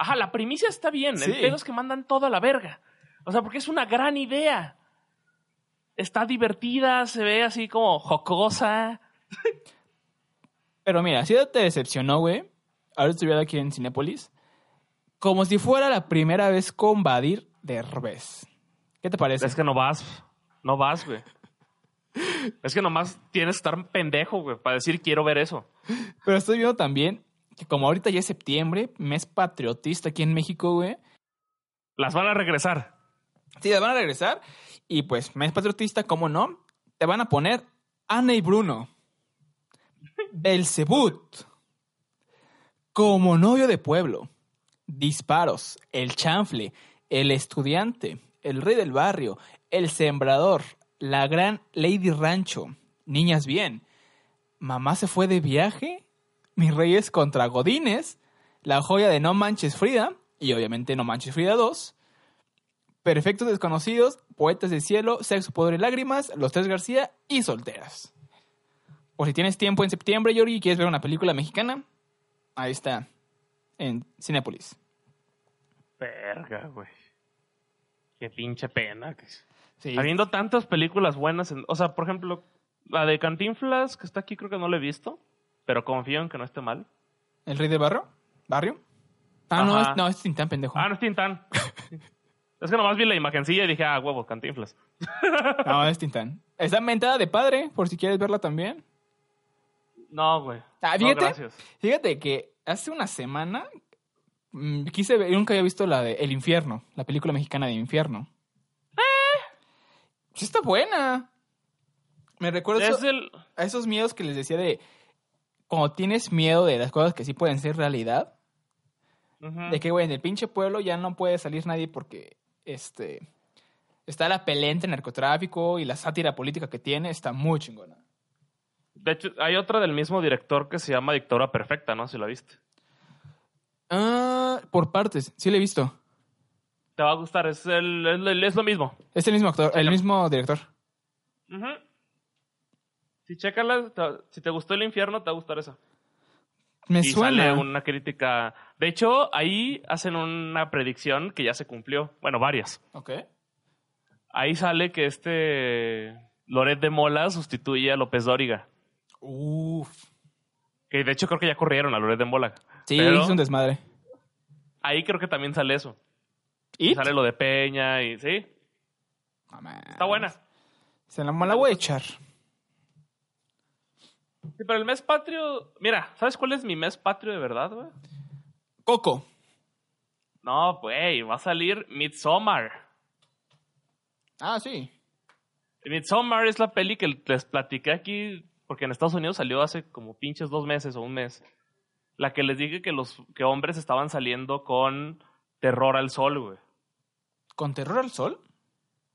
S2: Ajá, la primicia está bien.
S1: Sí.
S2: El pedo es que mandan todo a la verga. O sea, porque es una gran idea. Está divertida, se ve así como jocosa.
S1: Pero mira, si te decepcionó, güey, ahora estuviera aquí en Cinépolis, como si fuera la primera vez con Badir de revés. ¿Qué te parece?
S2: Es que no vas, no vas, güey. Es que nomás tienes que estar pendejo, güey, para decir quiero ver eso.
S1: Pero estoy viendo también que como ahorita ya es septiembre, mes patriotista aquí en México, güey.
S2: Las van a regresar.
S1: Sí, las van a regresar. Y pues, mes patriotista, ¿cómo no? Te van a poner Ana y Bruno. Belzebut. Como novio de pueblo. Disparos. El chanfle. El estudiante. El rey del barrio. El sembrador. La gran Lady Rancho. Niñas bien. Mamá se fue de viaje. Mis reyes contra Godines. La joya de No Manches Frida. Y obviamente No Manches Frida 2. Perfectos Desconocidos, Poetas del Cielo, Sexo, Poder y Lágrimas, Los Tres García y Solteras. Por si tienes tiempo en septiembre, Jorge, y quieres ver una película mexicana, ahí está, en Cinépolis.
S2: Verga, güey. Qué pinche pena. que es.
S1: Sí,
S2: Habiendo tantas películas buenas. en- o sea, por ejemplo, la de Cantinflas, que está aquí, creo que no la he visto. Pero confío en que no esté mal.
S1: ¿El Rey del Barrio? ¿Barrio? Ah, no,
S2: Ajá.
S1: es, no, es Tintán, pendejo.
S2: Ah, no es Tintán. es que nomás vi la imagencilla y dije, ah, huevo, Cantinflas.
S1: No, es Tintán. Está mentada de padre, por si quieres verla también.
S2: No, güey.
S1: Ah,
S2: No,
S1: fíjate.
S2: gracias.
S1: Fíjate que hace una semana mm, quise ver, yo nunca había visto la de El Infierno, la película mexicana de Infierno. Ah. Sí está buena. Me recuerda
S2: Es
S1: eso-
S2: el...
S1: a esos miedos que les decía de cuando tienes miedo de las cosas que sí pueden ser realidad,
S2: Ujú.
S1: de que güey, en el pinche pueblo ya no puede salir nadie porque este está la pelea entre narcotráfico y la sátira política que tiene, está muy chingona.
S2: De hecho, hay otra del mismo director que se llama Dictadura Perfecta, ¿no? Si la viste.
S1: Ah, por partes, sí le he visto.
S2: Te va a gustar, es, el, es, el- es lo mismo.
S1: Es el mismo actor, el mismo director.
S2: Si chécala, te va- si te gustó el infierno, te va a gustar esa.
S1: Me
S2: y
S1: suena.
S2: sale una crítica. De hecho, ahí hacen una predicción que ya se cumplió. Bueno, varias.
S1: Ok.
S2: Ahí sale que este Loret de Mola sustituye a López Dóriga.
S1: Uf.
S2: Que de hecho creo que ya corrieron a Loret de Mola.
S1: Sí,
S2: Pero-
S1: es un desmadre.
S2: Ahí creo que también sale eso.
S1: ¿Y?
S2: Sale lo de Peña y sí.
S1: No mames.
S2: Está buena.
S1: Se la, me la voy a echar.
S2: Sí, pero el mes patrio. Mira, ¿sabes cuál es mi mes patrio de verdad, güey?
S1: Coco.
S2: No, güey, va a salir Midsommar.
S1: Ah, sí.
S2: Midsommar es la peli que les platiqué aquí, porque en Estados Unidos salió hace como pinches dos meses o un mes. La que les dije que los que hombres estaban saliendo con terror al sol, güey.
S1: ¿Con terror al sol?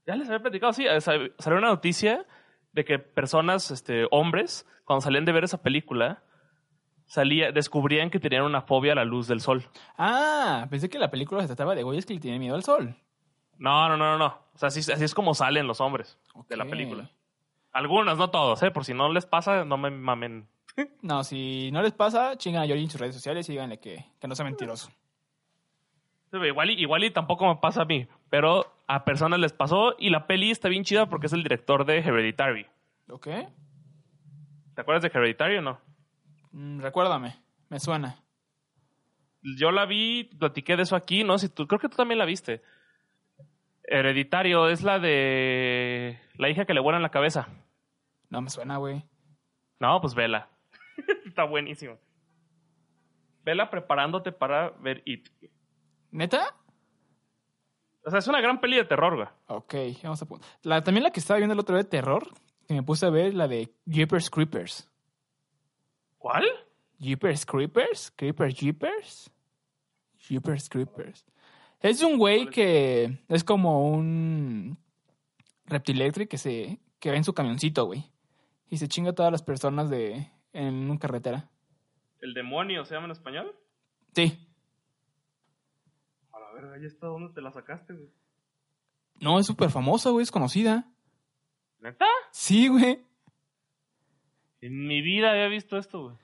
S2: Ya les había platicado, sí, eh, sal- salió una noticia de que personas, este, hombres, cuando salían de ver esa película, salía, descubrían que tenían una fobia a la luz del sol.
S1: Ah, pensé que la película se trataba de güeyes que le tienen miedo al sol.
S2: No, no, no, no, no. O sea, así, así es como salen los hombres de la
S1: Ok.
S2: película. Algunos, no todos, ¿eh? Por si no les pasa, no me mamen.
S1: No, si no les pasa, chingan a Yori en sus redes sociales y díganle que, que no sea mentiroso.
S2: Sí, pero Igual y, igual y tampoco me pasa a mí, pero a personas les pasó y la peli está bien chida porque es el director de Hereditary.
S1: ¿Ok?
S2: ¿Te acuerdas de Hereditary o no?
S1: Mm, recuérdame, me suena.
S2: Yo la vi, platiqué de eso aquí, ¿no? Si tú, creo que tú también la viste. Hereditario es la de la hija que le vuelan la cabeza.
S1: No me suena, güey.
S2: No, pues vela. está buenísimo. Vela preparándote para ver It.
S1: ¿Neta?
S2: O sea, es una gran peli de terror, güey.
S1: Ok, vamos a apuntar. La, también la que estaba viendo el otro día de terror, que me puse a ver, la de Jeepers Creepers.
S2: ¿Cuál?
S1: Jeepers Creepers, Creepers Jeepers, Jeepers Creepers. Es un güey que es como un reptilectric que se que va en su camioncito, güey, y se chinga a todas las personas de en una carretera.
S2: ¿El demonio se llama en español?
S1: Sí.
S2: A la verga, ¿y esta dónde te la sacaste, güey?
S1: No, es súper famosa, güey, es conocida.
S2: ¿Neta?
S1: Sí, güey.
S2: En mi vida había visto esto, güey.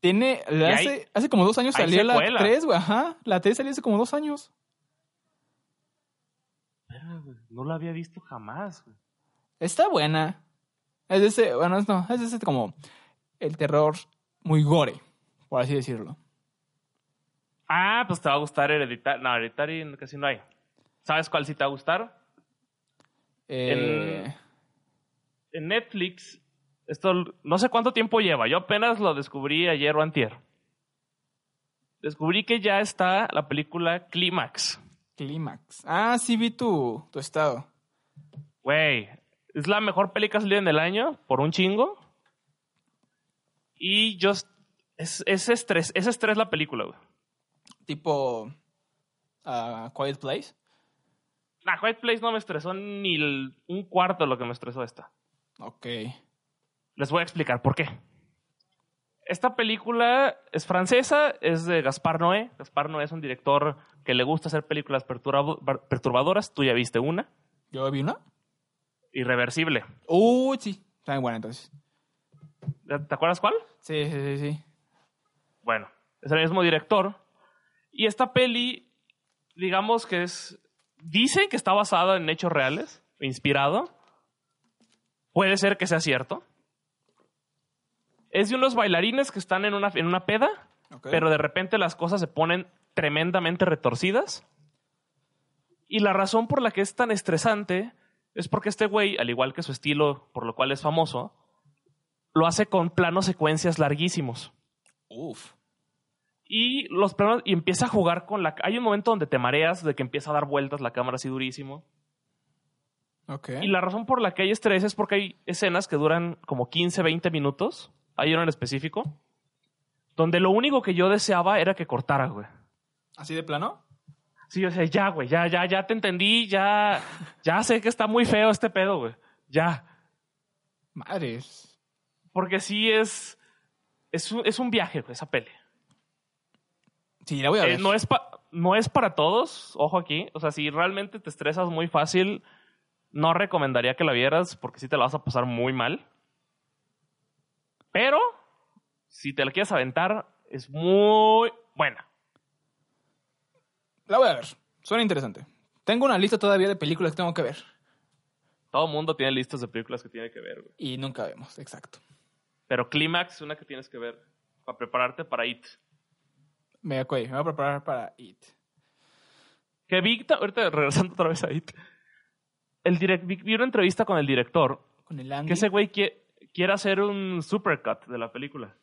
S1: Tiene le
S2: Y
S1: hace
S2: hay-
S1: hace como dos años
S2: hay
S1: salió la
S2: secuela.
S1: 3, güey, ajá. La 3 salió hace como dos años.
S2: Verga, güey, No la había visto jamás, güey.
S1: Está buena. Es de ese, bueno, es no, es de ese como el terror muy gore, por así decirlo.
S2: Ah, pues te va a gustar Hereditary. No, Hereditary casi no hay. ¿Sabes cuál sí te va a gustar?
S1: Eh,
S2: En Netflix, esto l- no sé cuánto tiempo lleva. Yo apenas lo descubrí ayer o antier. Descubrí que ya está la película Clímax.
S1: Clímax. Ah, sí vi tu, tu estado.
S2: Güey, es la mejor peli que ha salido en el año, por un chingo. Y yo... es- Es, es estrés, es estrés la película, güey.
S1: Tipo ah, Quiet Place.
S2: Nah, Quiet Place no me estresó ni el- un cuarto de lo que me estresó esta.
S1: Ok.
S2: Les voy a explicar por qué. Esta película es francesa, es de Gaspar Noé. Gaspar Noé es un director que le gusta hacer películas perturba- perturbadoras. Tú ya viste una.
S1: ¿Yo vi una?
S2: Irreversible.
S1: Uy, sí. Está buena entonces.
S2: ¿Te acuerdas cuál?
S1: Sí, sí, sí, sí.
S2: Bueno, es el mismo director. Y esta peli, digamos que es. Dicen que está basada en hechos reales, inspirado. Puede ser que sea cierto. Es de unos bailarines que están en una, en una peda,
S1: Ok.
S2: pero de repente las cosas se ponen tremendamente retorcidas. Y la razón por la que es tan estresante es porque este güey, al igual que su estilo, por lo cual es famoso, lo hace con planos secuencias larguísimos
S1: Uf.
S2: y los planos y empieza a jugar con la hay un momento donde te mareas de que empieza a dar vueltas la cámara así durísimo
S1: Ok.
S2: y la razón por la que hay estrés es porque hay escenas que duran como 15 20 minutos hay uno en específico donde lo único que yo deseaba era que cortara güey
S1: ¿Así de plano?
S2: sí yo decía ya güey ya ya ya te entendí ya ya sé que está muy feo este pedo güey ya
S1: Madres.
S2: porque sí es es un, es un viaje güey, esa peli
S1: Sí, la voy a
S2: Eh,
S1: ver.
S2: no, es pa- no es para todos, ojo aquí. O sea, si realmente te estresas muy fácil, no recomendaría que la vieras porque sí te la vas a pasar muy mal. Pero, si te la quieres aventar, es muy buena.
S1: La voy a ver. Suena interesante. Tengo una lista todavía de películas que tengo que ver.
S2: Todo mundo tiene listas de películas que tiene que ver, güey.
S1: Y nunca vemos, exacto.
S2: Pero Clímax es una que tienes que ver para prepararte para It.
S1: Me, ok, me voy a preparar para It.
S2: Que vi, ta- ahorita regresando otra vez a It, el direc- vi, vi una entrevista con el director,
S1: Con el Andy.
S2: que ese güey quie- quiere hacer un supercut de la película.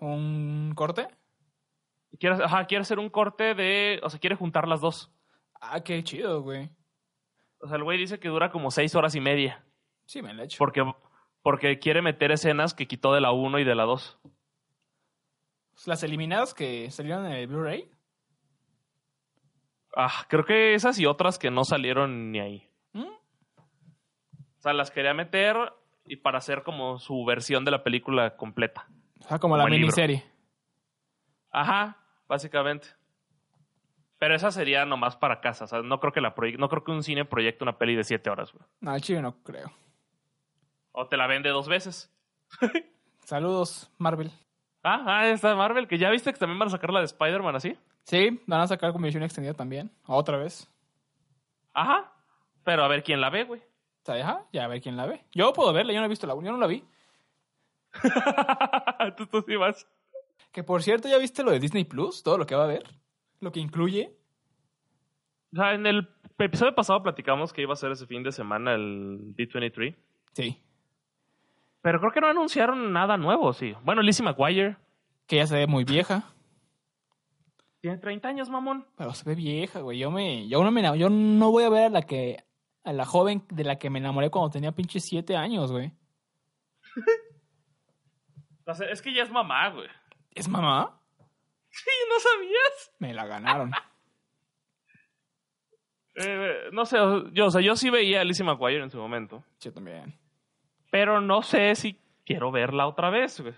S1: ¿Un corte?
S2: Quiere, ajá, quiere hacer un corte de, o sea, quiere juntar las dos.
S1: Ah, qué chido, güey.
S2: O sea, el güey dice que dura como seis horas y media,
S1: Sí, me la he hecho.
S2: porque, porque quiere meter escenas que quitó de la 1 y de la 2.
S1: Pues, Las eliminadas que salieron en el Blu-ray.
S2: Ah, creo que esas y otras que no salieron ni ahí.
S1: ¿Mm?
S2: O sea, las quería meter y para hacer como su versión de la película completa.
S1: O sea, como la
S2: Como el libro.
S1: miniserie.
S2: Ajá, básicamente. Pero esa sería nomás para casa. O sea, no creo que la proye- no creo que un cine proyecte una peli de siete horas, güey.
S1: No, al chile no creo.
S2: O te la vende dos veces.
S1: Saludos, Marvel.
S2: Ah, ah, esta de Marvel, que ya viste que también van a sacar la de Spider-Man así.
S1: Sí, van a sacar con visión extendida también. Otra vez.
S2: Ajá. Pero a ver quién la ve, güey.
S1: ¿Se deja? Ya a ver quién la ve. Yo puedo verla, yo no he visto la una, yo no la vi.
S2: tú, tú sí vas.
S1: Que por cierto, ¿ya viste lo de Disney Plus? Todo lo que va a haber. Lo que incluye.
S2: O sea, en el episodio pasado platicamos que iba a ser ese fin de semana el D23.
S1: Sí.
S2: Pero creo que no anunciaron nada nuevo, sí. Bueno, Lizzie McGuire.
S1: Que ya se ve muy vieja.
S2: Tiene 30 años, mamón.
S1: Pero se ve vieja, güey. Yo me, yo no me enam- yo no voy a ver a la que, a la joven de la que me enamoré cuando tenía pinche siete años, güey.
S2: O sea, es que ya es mamá, güey.
S1: ¿Es mamá?
S2: Sí, ¿no sabías?
S1: Me la ganaron.
S2: Eh, no sé, o- yo, o sea, yo sí veía a Lizzie McGuire en su momento,
S1: yo también.
S2: pero no sé si quiero verla otra vez. güey.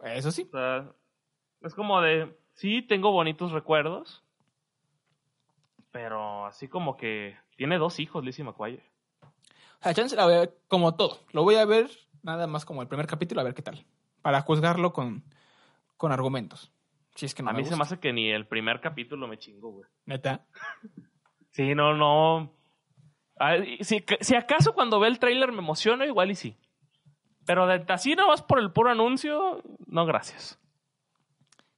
S1: Eso sí.
S2: O sea, es como de, sí, tengo bonitos recuerdos, pero así como que tiene dos hijos Lizzie McGuire.
S1: O sea, Ah, chance la voy a ver como todo. Lo voy a ver nada más como el primer capítulo, a ver qué tal. Para juzgarlo con, con argumentos. Si es que no
S2: a
S1: me
S2: mí se
S1: gusta.
S2: me hace que ni el primer capítulo me chingo, güey.
S1: Neta.
S2: Sí, no, no. Ah, y si, si acaso cuando ve el tráiler me emociono, igual y sí. Pero de, así nomás por el puro anuncio, no gracias.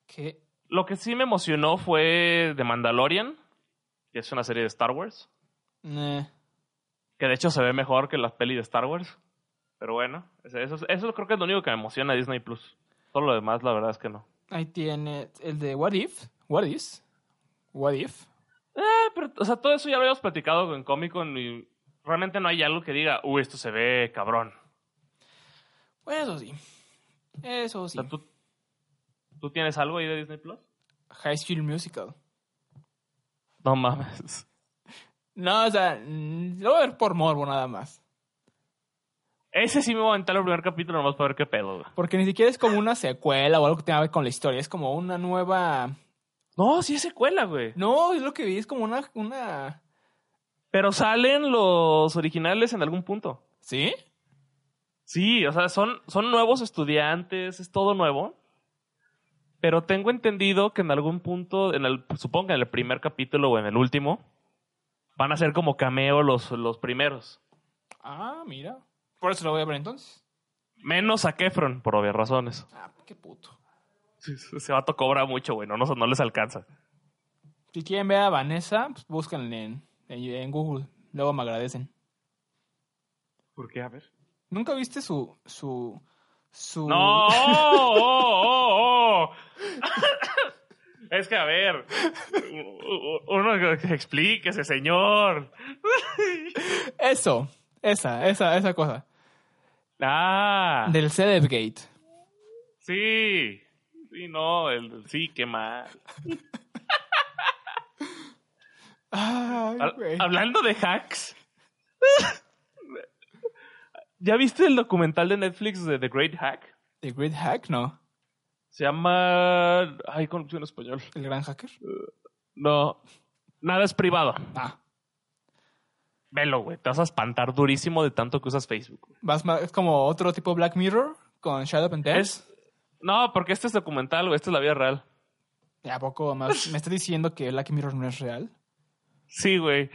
S1: Que
S2: Lo que sí me emocionó fue The Mandalorian, que es una serie de Star Wars,
S1: eh,
S2: que de hecho se ve mejor que las pelis de Star Wars. Pero bueno, eso, eso- eso creo que es lo único que me emociona de Disney Plus. Todo lo demás, la verdad es que no.
S1: ahí tiene el de What If. What Is. What If.
S2: Eh, pero, o sea, todo eso ya lo habíamos platicado en Comic Con y realmente no hay algo que diga, uy, esto se ve cabrón.
S1: Bueno, eso sí. Eso
S2: O
S1: sí.
S2: sea, ¿tú, ¿tú tienes algo ahí de Disney Plus?
S1: High School Musical.
S2: No mames.
S1: No, o sea, mm, lo voy a ver por morbo nada más.
S2: Ese sí me voy a aventar el primer capítulo nomás para ver qué pedo. güey.
S1: Porque ni siquiera es como una secuela o algo que tenga que ver con la historia. Es como una nueva.
S2: No, sí es secuela, güey.
S1: No, es lo que vi, es como una. una...
S2: Pero salen los originales en algún punto.
S1: ¿Sí?
S2: Sí, o sea, son, son nuevos estudiantes, es todo nuevo. Pero tengo entendido que en algún punto, en el, supongo que en el primer capítulo o en el último, van a ser como cameo los, los primeros.
S1: Ah, mira. Por eso lo voy a ver entonces.
S2: Menos a Kefron, por obvias razones.
S1: Ah, qué puto.
S2: Sí, Ese vato cobra mucho, güey, no, no, no les alcanza.
S1: Si quieren ver a Vanessa, pues búsquenle en, en, en Google. Luego me agradecen.
S2: ¿Por qué? A ver.
S1: ¿Nunca viste su. su. su.
S2: ¡No! ¡Oh, oh, oh! es que, a ver, u- u- uno que explíquese, señor.
S1: Eso. Esa, esa, esa cosa.
S2: Ah.
S1: Del CDF Gate.
S2: Sí, sí, no, el, sí, qué mal.
S1: Ay,
S2: Hab-
S1: güey.
S2: Hablando de hacks, ¿ya viste el documental de Netflix de The Great Hack?
S1: ¿The Great Hack? No.
S2: Se llama. Ay, corrupción en español.
S1: ¿El Gran Hacker?
S2: No, nada es privado.
S1: Ah.
S2: Velo, güey, te vas a espantar
S1: ¿Eh?
S2: durísimo de tanto que usas Facebook. güey.
S1: Vas ma- es como otro tipo Black Mirror con Shadow and Dance.
S2: Es, No, porque este es documental, güey. Esta es la vida real.
S1: ¿A poco más? ¿Me estás diciendo que Black Mirror no es real?
S2: Sí, güey.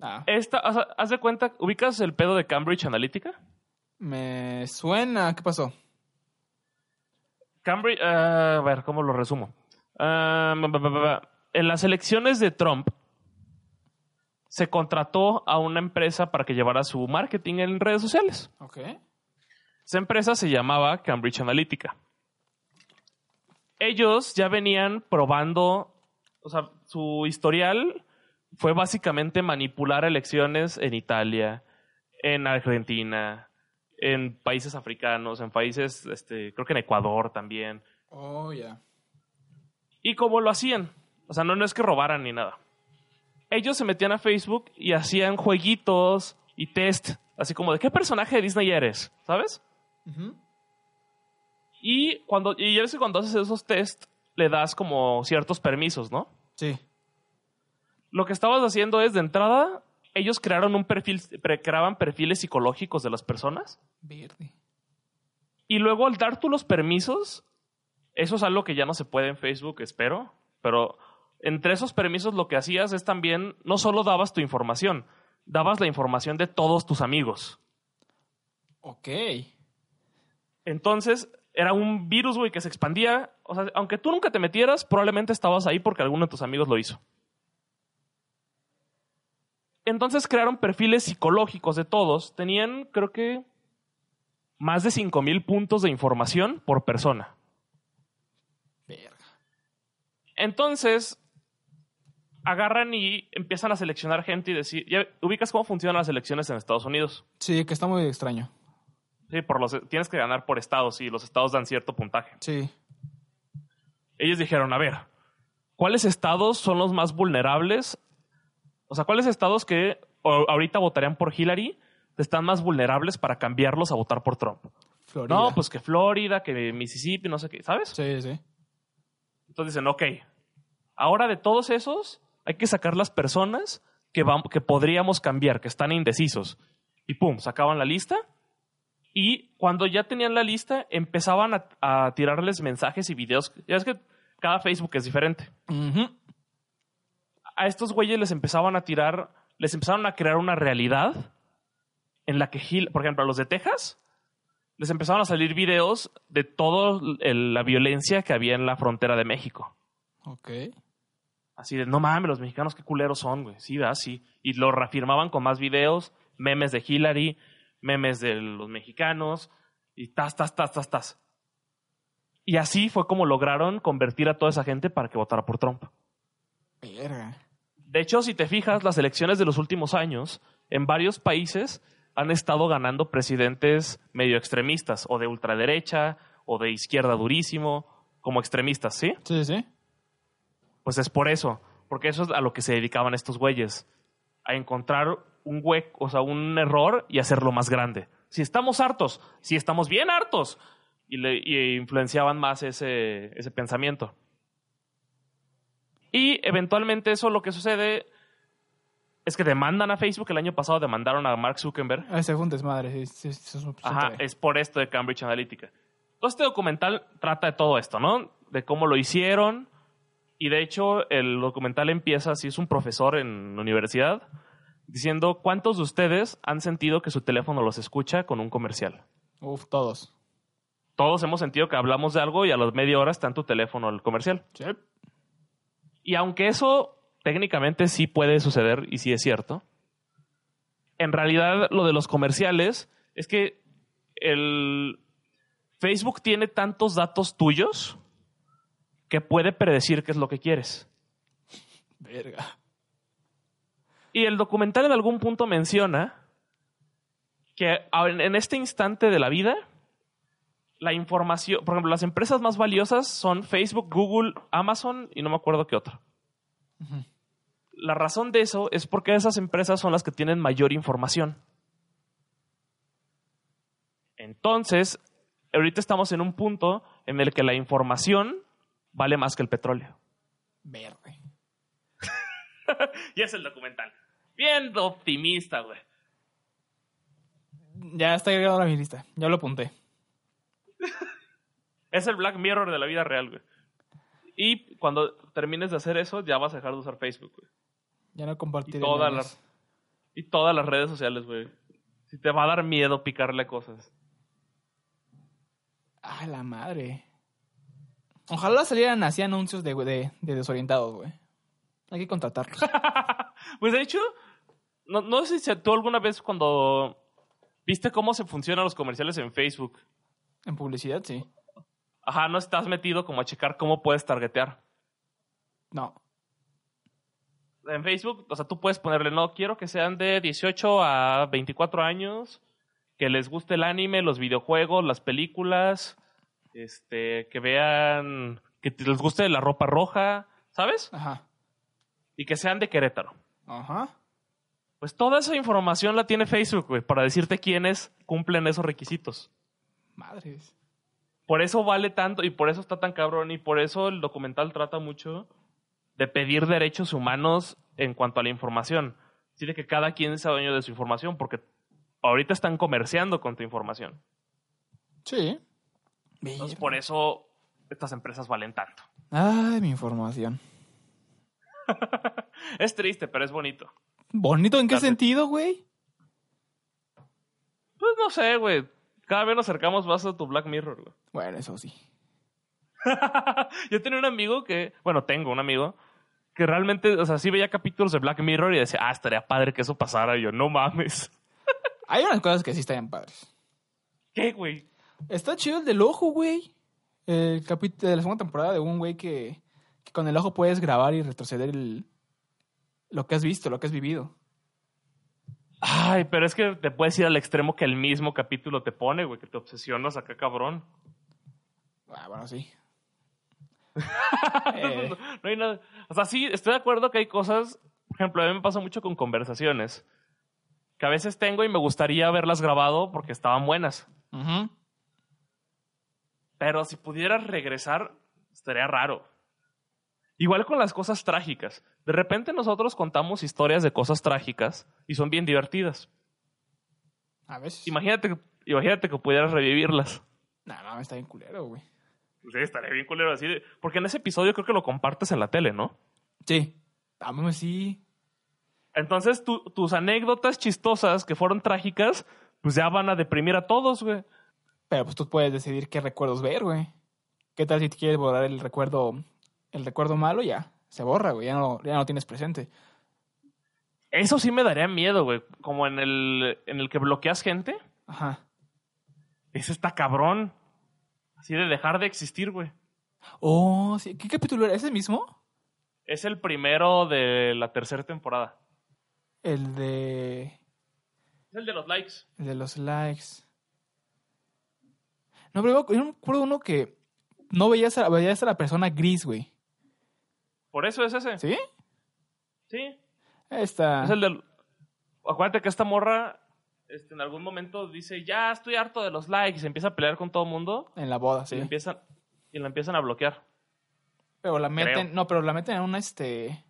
S1: Ah,
S2: Esta, o sea, haz de cuenta, ¿ubicas el pedo de Cambridge Analytica?
S1: me suena. ¿Qué pasó?
S2: Cambridge, ah, a ver, ¿cómo lo resumo? Ah, ba, ba, ba, ba. En las elecciones de Trump, se contrató a una empresa para que llevara su marketing en redes sociales.
S1: Ok.
S2: Esa empresa se llamaba Cambridge Analytica. Ellos ya venían probando, o sea, su historial fue básicamente manipular elecciones en Italia, en Argentina, en países africanos, en países, este, creo que en Ecuador también.
S1: Oh, ya.
S2: ¿Y cómo lo hacían? O sea, no, no es que robaran ni nada. Ellos se metían a Facebook y hacían jueguitos y test, así como de qué personaje de Disney eres, ¿sabes?
S1: Ujú.
S2: Y cuando y ya ves que cuando haces esos test, le das como ciertos permisos, ¿no?
S1: Sí.
S2: Lo que estabas haciendo es, de entrada, ellos crearon un perfil, pre- creaban perfiles psicológicos de las personas.
S1: Verde.
S2: Y luego al dar tú los permisos, eso es algo que ya no se puede en Facebook, espero, pero entre esos permisos lo que hacías es también, no solo dabas tu información, dabas la información de todos tus amigos.
S1: Ok.
S2: Entonces era un virus, güey, que se expandía. O sea, aunque tú nunca te metieras, probablemente estabas ahí porque alguno de tus amigos lo hizo. Entonces crearon perfiles psicológicos de todos. Tenían, creo que, más de 5.000 puntos de información por persona.
S1: Verga.
S2: Entonces, agarran y empiezan a seleccionar gente y decir, ya ubicas cómo funcionan las elecciones en Estados Unidos.
S1: Sí, que está muy extraño.
S2: Sí, por los, tienes que ganar por estados y los estados dan cierto puntaje.
S1: Sí.
S2: Ellos dijeron, a ver, ¿cuáles estados son los más vulnerables? O sea, ¿cuáles estados que o- ahorita votarían por Hillary están más vulnerables para cambiarlos a votar por Trump?
S1: Florida.
S2: No, pues que Florida, que Mississippi, no sé qué, ¿sabes?
S1: Sí, sí.
S2: Entonces dicen, ok, ahora de todos esos hay que sacar las personas que, vam- que podríamos cambiar, que están indecisos. Y pum, sacaban la lista. Y cuando ya tenían la lista, empezaban a, a tirarles mensajes y videos. Ya es que cada Facebook es diferente.
S1: Ujú.
S2: A estos güeyes les empezaban a tirar, les empezaron a crear una realidad en la que, Hil- por ejemplo, a los de Texas, les empezaron a salir videos de toda la violencia que había en la frontera de México.
S1: Ok.
S2: Así de, no mames, los mexicanos qué culeros son, güey. Sí, da, sí. Y lo reafirmaban con más videos, memes de Hillary, memes de los mexicanos, y tas, tas, tas, tas, tas. Y así fue como lograron convertir a toda esa gente para que votara por Trump.
S1: Verga.
S2: De hecho, si te fijas, las elecciones de los últimos años, en varios países, han estado ganando presidentes medio extremistas, o de ultraderecha, o de izquierda durísimo, como extremistas, ¿sí?
S1: Sí, sí.
S2: Pues es por eso, porque eso es a lo que se dedicaban estos güeyes, a encontrar un hueco, o sea, un error y hacerlo más grande. Si estamos hartos, si estamos bien hartos, y, le, y influenciaban más ese, ese pensamiento. Y eventualmente eso lo que sucede es que demandan a Facebook, el año pasado demandaron a Mark Zuckerberg,
S1: Ah, Ese fue un desmadre. Sí, sí, sí, sí, sí,
S2: Ajá,
S1: sí.
S2: es por esto de Cambridge Analytica. Todo este documental trata de todo esto, ¿no? De cómo lo hicieron. Y de hecho, el documental empieza así: es un profesor en la universidad diciendo cuántos de ustedes han sentido que su teléfono los escucha con un comercial.
S1: Uf, todos.
S2: Todos hemos sentido que hablamos de algo y a las media hora está en tu teléfono el comercial.
S1: Sí.
S2: Y aunque eso técnicamente sí puede suceder y sí es cierto, en realidad lo de los comerciales es que el Facebook tiene tantos datos tuyos que puede predecir qué es lo que quieres.
S1: Verga.
S2: Y el documental en algún punto menciona que a- en en este instante de la vida, la información, por ejemplo, las empresas más valiosas son Facebook, Google, Amazon y no me acuerdo qué otra.
S1: Ujú.
S2: La razón de eso es porque esas empresas son las que tienen mayor información. Entonces, ahorita estamos en un punto en el que la información vale más que el petróleo.
S1: Verde.
S2: Y es el documental. Bien optimista, güey.
S1: Ya está agregado a mi lista. Ya lo apunté.
S2: Es el Black Mirror de la vida real, güey. Y cuando termines de hacer eso, ya vas a dejar de usar Facebook, güey.
S1: Ya no compartiré.
S2: Y todas
S1: memes.
S2: las- Y todas las redes sociales, güey. Si te va a dar miedo picarle a cosas.
S1: Ah, la madre. Ojalá salieran así anuncios de, de, de desorientados, güey. Hay que contratarlos.
S2: Pues de hecho, no, no sé si tú alguna vez cuando viste cómo se funcionan los comerciales en Facebook.
S1: en publicidad, sí.
S2: Ajá, no estás metido como a checar cómo puedes targetear.
S1: No.
S2: En Facebook, o sea, tú puedes ponerle, no, quiero que sean de 18 a 24 años, que les guste el anime, los videojuegos, las películas, este, que vean, que te- les guste la ropa roja, ¿sabes?
S1: Ajá.
S2: Y que sean de Querétaro.
S1: Ajá.
S2: Pues toda esa información la tiene Facebook, güey, para decirte quiénes cumplen esos requisitos.
S1: Madres.
S2: Por eso vale tanto y por eso está tan cabrón y por eso el documental trata mucho de pedir derechos humanos en cuanto a la información. Así de que cada quien sea dueño de su información porque ahorita están comerciando con tu información.
S1: Sí.
S2: Entonces
S1: Verga.
S2: por eso estas empresas valen tanto.
S1: Ay, mi información.
S2: Es triste, pero es bonito.
S1: ¿Bonito en qué
S2: Tarde.
S1: sentido, güey?
S2: Pues no sé, güey. Cada vez nos acercamos más a tu Black Mirror, güey.
S1: Bueno, eso sí.
S2: Yo tenía un amigo que, bueno, tengo un amigo que realmente, o sea, sí veía capítulos de Black Mirror y decía, ah, estaría padre que eso pasara. Y yo, no mames.
S1: Hay unas cosas que sí están padres.
S2: ¿Qué, güey?
S1: Está chido el del ojo, güey. El capítulo de la segunda temporada de un güey que, que con el ojo puedes grabar y retroceder el- lo que has visto, lo que has vivido.
S2: Ay, pero es que te puedes ir al extremo que el mismo capítulo te pone, güey, que te obsesionas acá, cabrón.
S1: Ah, bueno, sí.
S2: No,
S1: Eh,
S2: no hay nada. O sea, sí, estoy de acuerdo que hay cosas. Por ejemplo, a mí me pasa mucho con conversaciones que a veces tengo y me gustaría haberlas grabado porque estaban buenas.
S1: ujú.
S2: Pero si pudieras regresar, estaría raro. Igual con las cosas trágicas. De repente nosotros contamos historias de cosas trágicas y son bien divertidas.
S1: A veces.
S2: Imagínate, que- imagínate que pudieras revivirlas.
S1: Nah, mames, está bien culero, güey.
S2: Pues sí, estaría bien culero así. de- Porque en ese episodio creo que lo compartes en la tele, ¿no?
S1: Sí. Ah, mames, sí.
S2: Entonces tu- tus anécdotas chistosas que fueron trágicas, pues ya van a deprimir a todos, güey.
S1: Pero pues tú puedes decidir qué recuerdos ver, güey. ¿Qué tal si te quieres borrar el recuerdo, el recuerdo malo? Ya, se borra, güey. Ya no, ya no lo tienes presente.
S2: Eso sí me daría miedo, güey. Como en el, en el que bloqueas gente.
S1: Ajá.
S2: Ese está cabrón. Así de dejar de existir, güey.
S1: Oh, sí. ¿Qué capítulo era? ¿Ese mismo?
S2: Es el primero de la tercera temporada.
S1: El de.
S2: Es el de los likes.
S1: El de los likes. No, pero yo me acuerdo uno que no veías a, veías a la persona gris, güey.
S2: Por eso es ese. Sí.
S1: ¿Sí? Ah. Esta.
S2: Es el del... Acuérdate que esta morra este, en algún momento dice, ya estoy harto de los likes. Y se empieza a pelear con todo el mundo.
S1: En la boda,
S2: Y,
S1: sí.
S2: la empiezan, y la empiezan a bloquear.
S1: Pero la meten,
S2: Creo.
S1: no, pero la meten a una, este...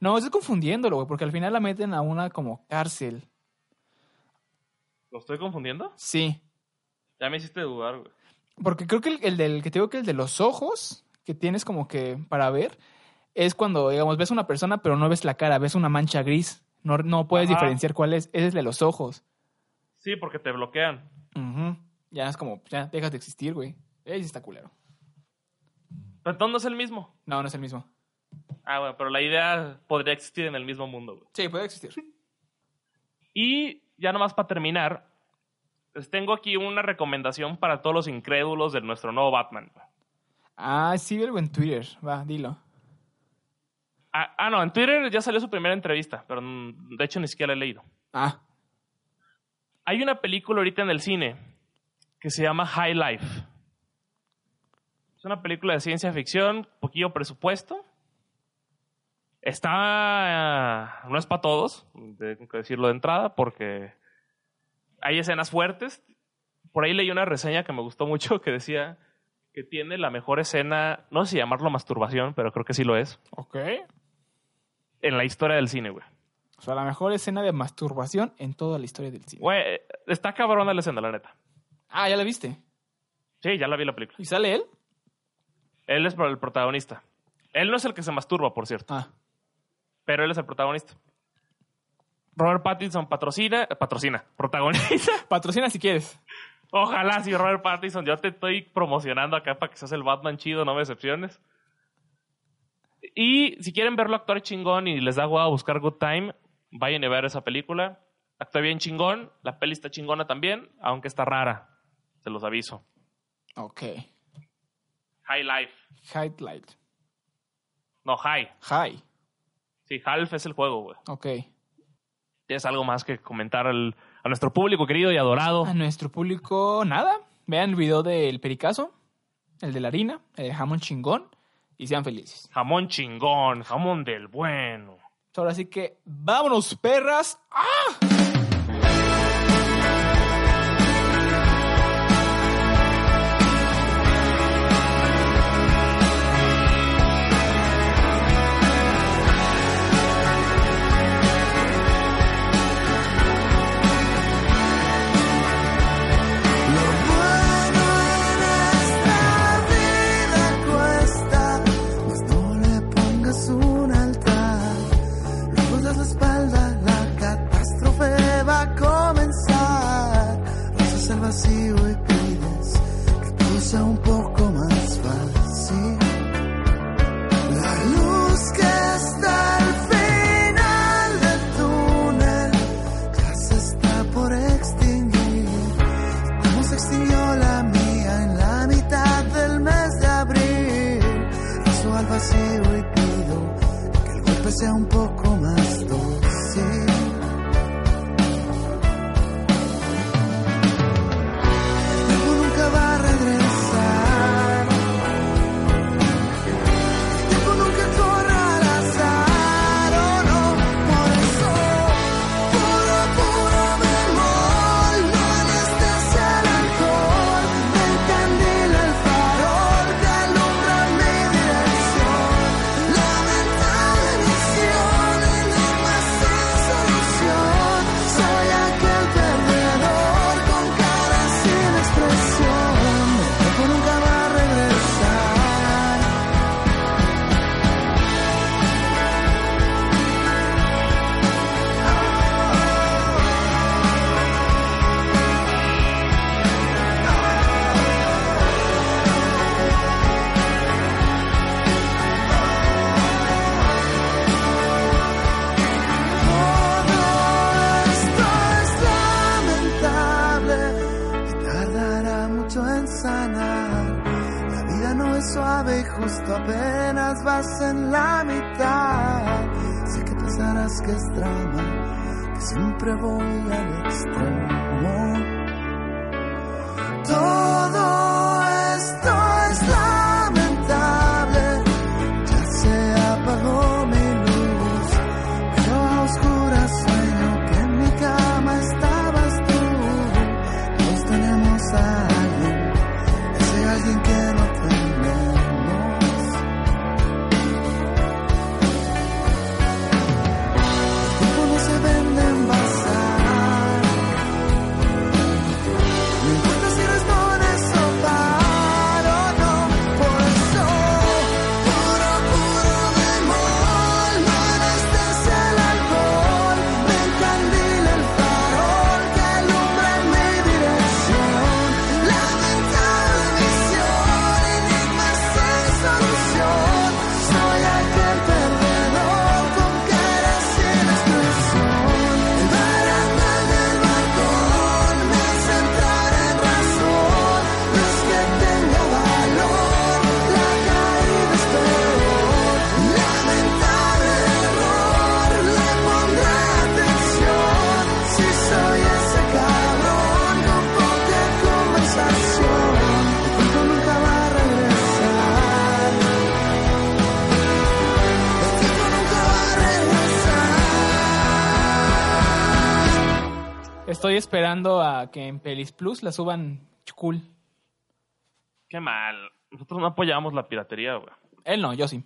S1: No, estoy confundiéndolo, güey, porque al final la meten a una como cárcel.
S2: ¿Lo estoy confundiendo?
S1: Sí.
S2: Ya me hiciste dudar, güey.
S1: Porque creo que el, el del que te digo que el de los ojos, que tienes como que para ver, es cuando, digamos, ves a una persona, pero no ves la cara, ves una mancha gris. No, no puedes
S2: Ajá.
S1: diferenciar cuál es. Ese es el de los ojos.
S2: Sí, porque te bloquean.
S1: Ujú. Ya es como, ya dejas de existir, güey. Ese está culero.
S2: Pero entonces no es el mismo.
S1: No, no es el mismo.
S2: Ah, bueno, pero la idea podría existir en el mismo mundo, güey.
S1: Sí, puede existir.
S2: Y ya nomás para terminar, les tengo aquí una recomendación para todos los incrédulos de nuestro nuevo Batman. güey.
S1: Ah, sí, vi algo en Twitter. Va, dilo.
S2: Ah, ah, no, en Twitter ya salió su primera entrevista, pero mm, de hecho ni siquiera la he leído.
S1: Ah,
S2: Hay una película ahorita en el cine que se llama High Life. Es una película de ciencia ficción, poquillo presupuesto. Está. eh, No es para todos, tengo que decirlo de entrada, porque hay escenas fuertes. Por ahí leí una reseña que me gustó mucho que decía que tiene la mejor escena, no sé si llamarlo masturbación, pero creo que sí lo es,
S1: ok.
S2: en la historia del cine, güey.
S1: O sea, la mejor escena de masturbación en toda la historia del cine.
S2: Güey, está cabrona la escena, la neta.
S1: Ah, ¿ya la viste?
S2: Sí, ya la vi la película.
S1: ¿Y sale él?
S2: Él es el protagonista. Él no es el que se masturba, por cierto,
S1: Ah.
S2: pero él es el protagonista. Robert Pattinson patrocina, patrocina, protagoniza.
S1: Patrocina si quieres.
S2: Ojalá si Robert Pattinson, yo te estoy promocionando acá para que seas el Batman chido, no me decepciones. Y si quieren verlo actuar chingón y les da huevo buscar Good Time, vayan a ver esa película. Actúa bien chingón, la peli está chingona también, aunque está rara. Se los aviso.
S1: Ok.
S2: High Life.
S1: Highlight.
S2: No, High.
S1: High.
S2: Sí, Half es el juego, güey.
S1: Ok.
S2: ¿Tienes algo más que comentar al- a nuestro público querido y adorado?
S1: A nuestro público, nada. Vean el video del pericazo, el de la harina, el de jamón chingón y sean felices.
S2: Jamón chingón, jamón del bueno.
S1: Ahora sí que, vámonos, perras.
S3: Lo bueno en esta vida cuesta, pues no le pongas un altar. Luego das la espalda, la catástrofe va a comenzar. Haces el vacío y pides que todo sea un poco más fácil. La luz que está al final del túnel ya se está por extinguir. Como se extinguió la mía en la mitad del mes de abril. Paso al vacío y pido que el golpe sea un poco más dócil. Luego nunca va a regresar. El tiempo nunca corre al azar, oh no, por eso pura, pura memoria, no anestesia el alcohol, me encandila el farol que alumbra mi dirección, lamentable misión en la más sin solución, soy aquel perdedor con cara sin expresión, el tiempo nunca va a regresar. Todo esto es lamentable y tardará mucho en sanar. La vida no es suave y justo apenas vas en la mitad. Sé que pensarás que es drama, que siempre voy al extremo. Todo esto es lamentable, ya se apagó mi luz. Pero a oscuras sueño que en mi cama estabas tú. Todos tenemos a alguien, ese alguien que no tenemos. El tiempo no se vende en bazar. No importa si eres dones o paro, no, por eso Puro, puro bemol, no anestesia el alcohol Me encandila el farol que alumbra en mi dirección Lamentable visión, enigma sin solución Soy aquel perdedor con cara sin Este expresión El barandal del balcón me sentaré en razón No es que tenga valor, la caída es peor Lamentable error, le pondré atención Si soy ese cabrón con poca conversación El tiempo nunca va a regresar El tiempo nunca va a regresar
S1: Estoy esperando a que en Pelis Plus la suban cool.
S2: Qué mal. Nosotros no apoyamos la piratería, güey.
S1: Él no, yo sí.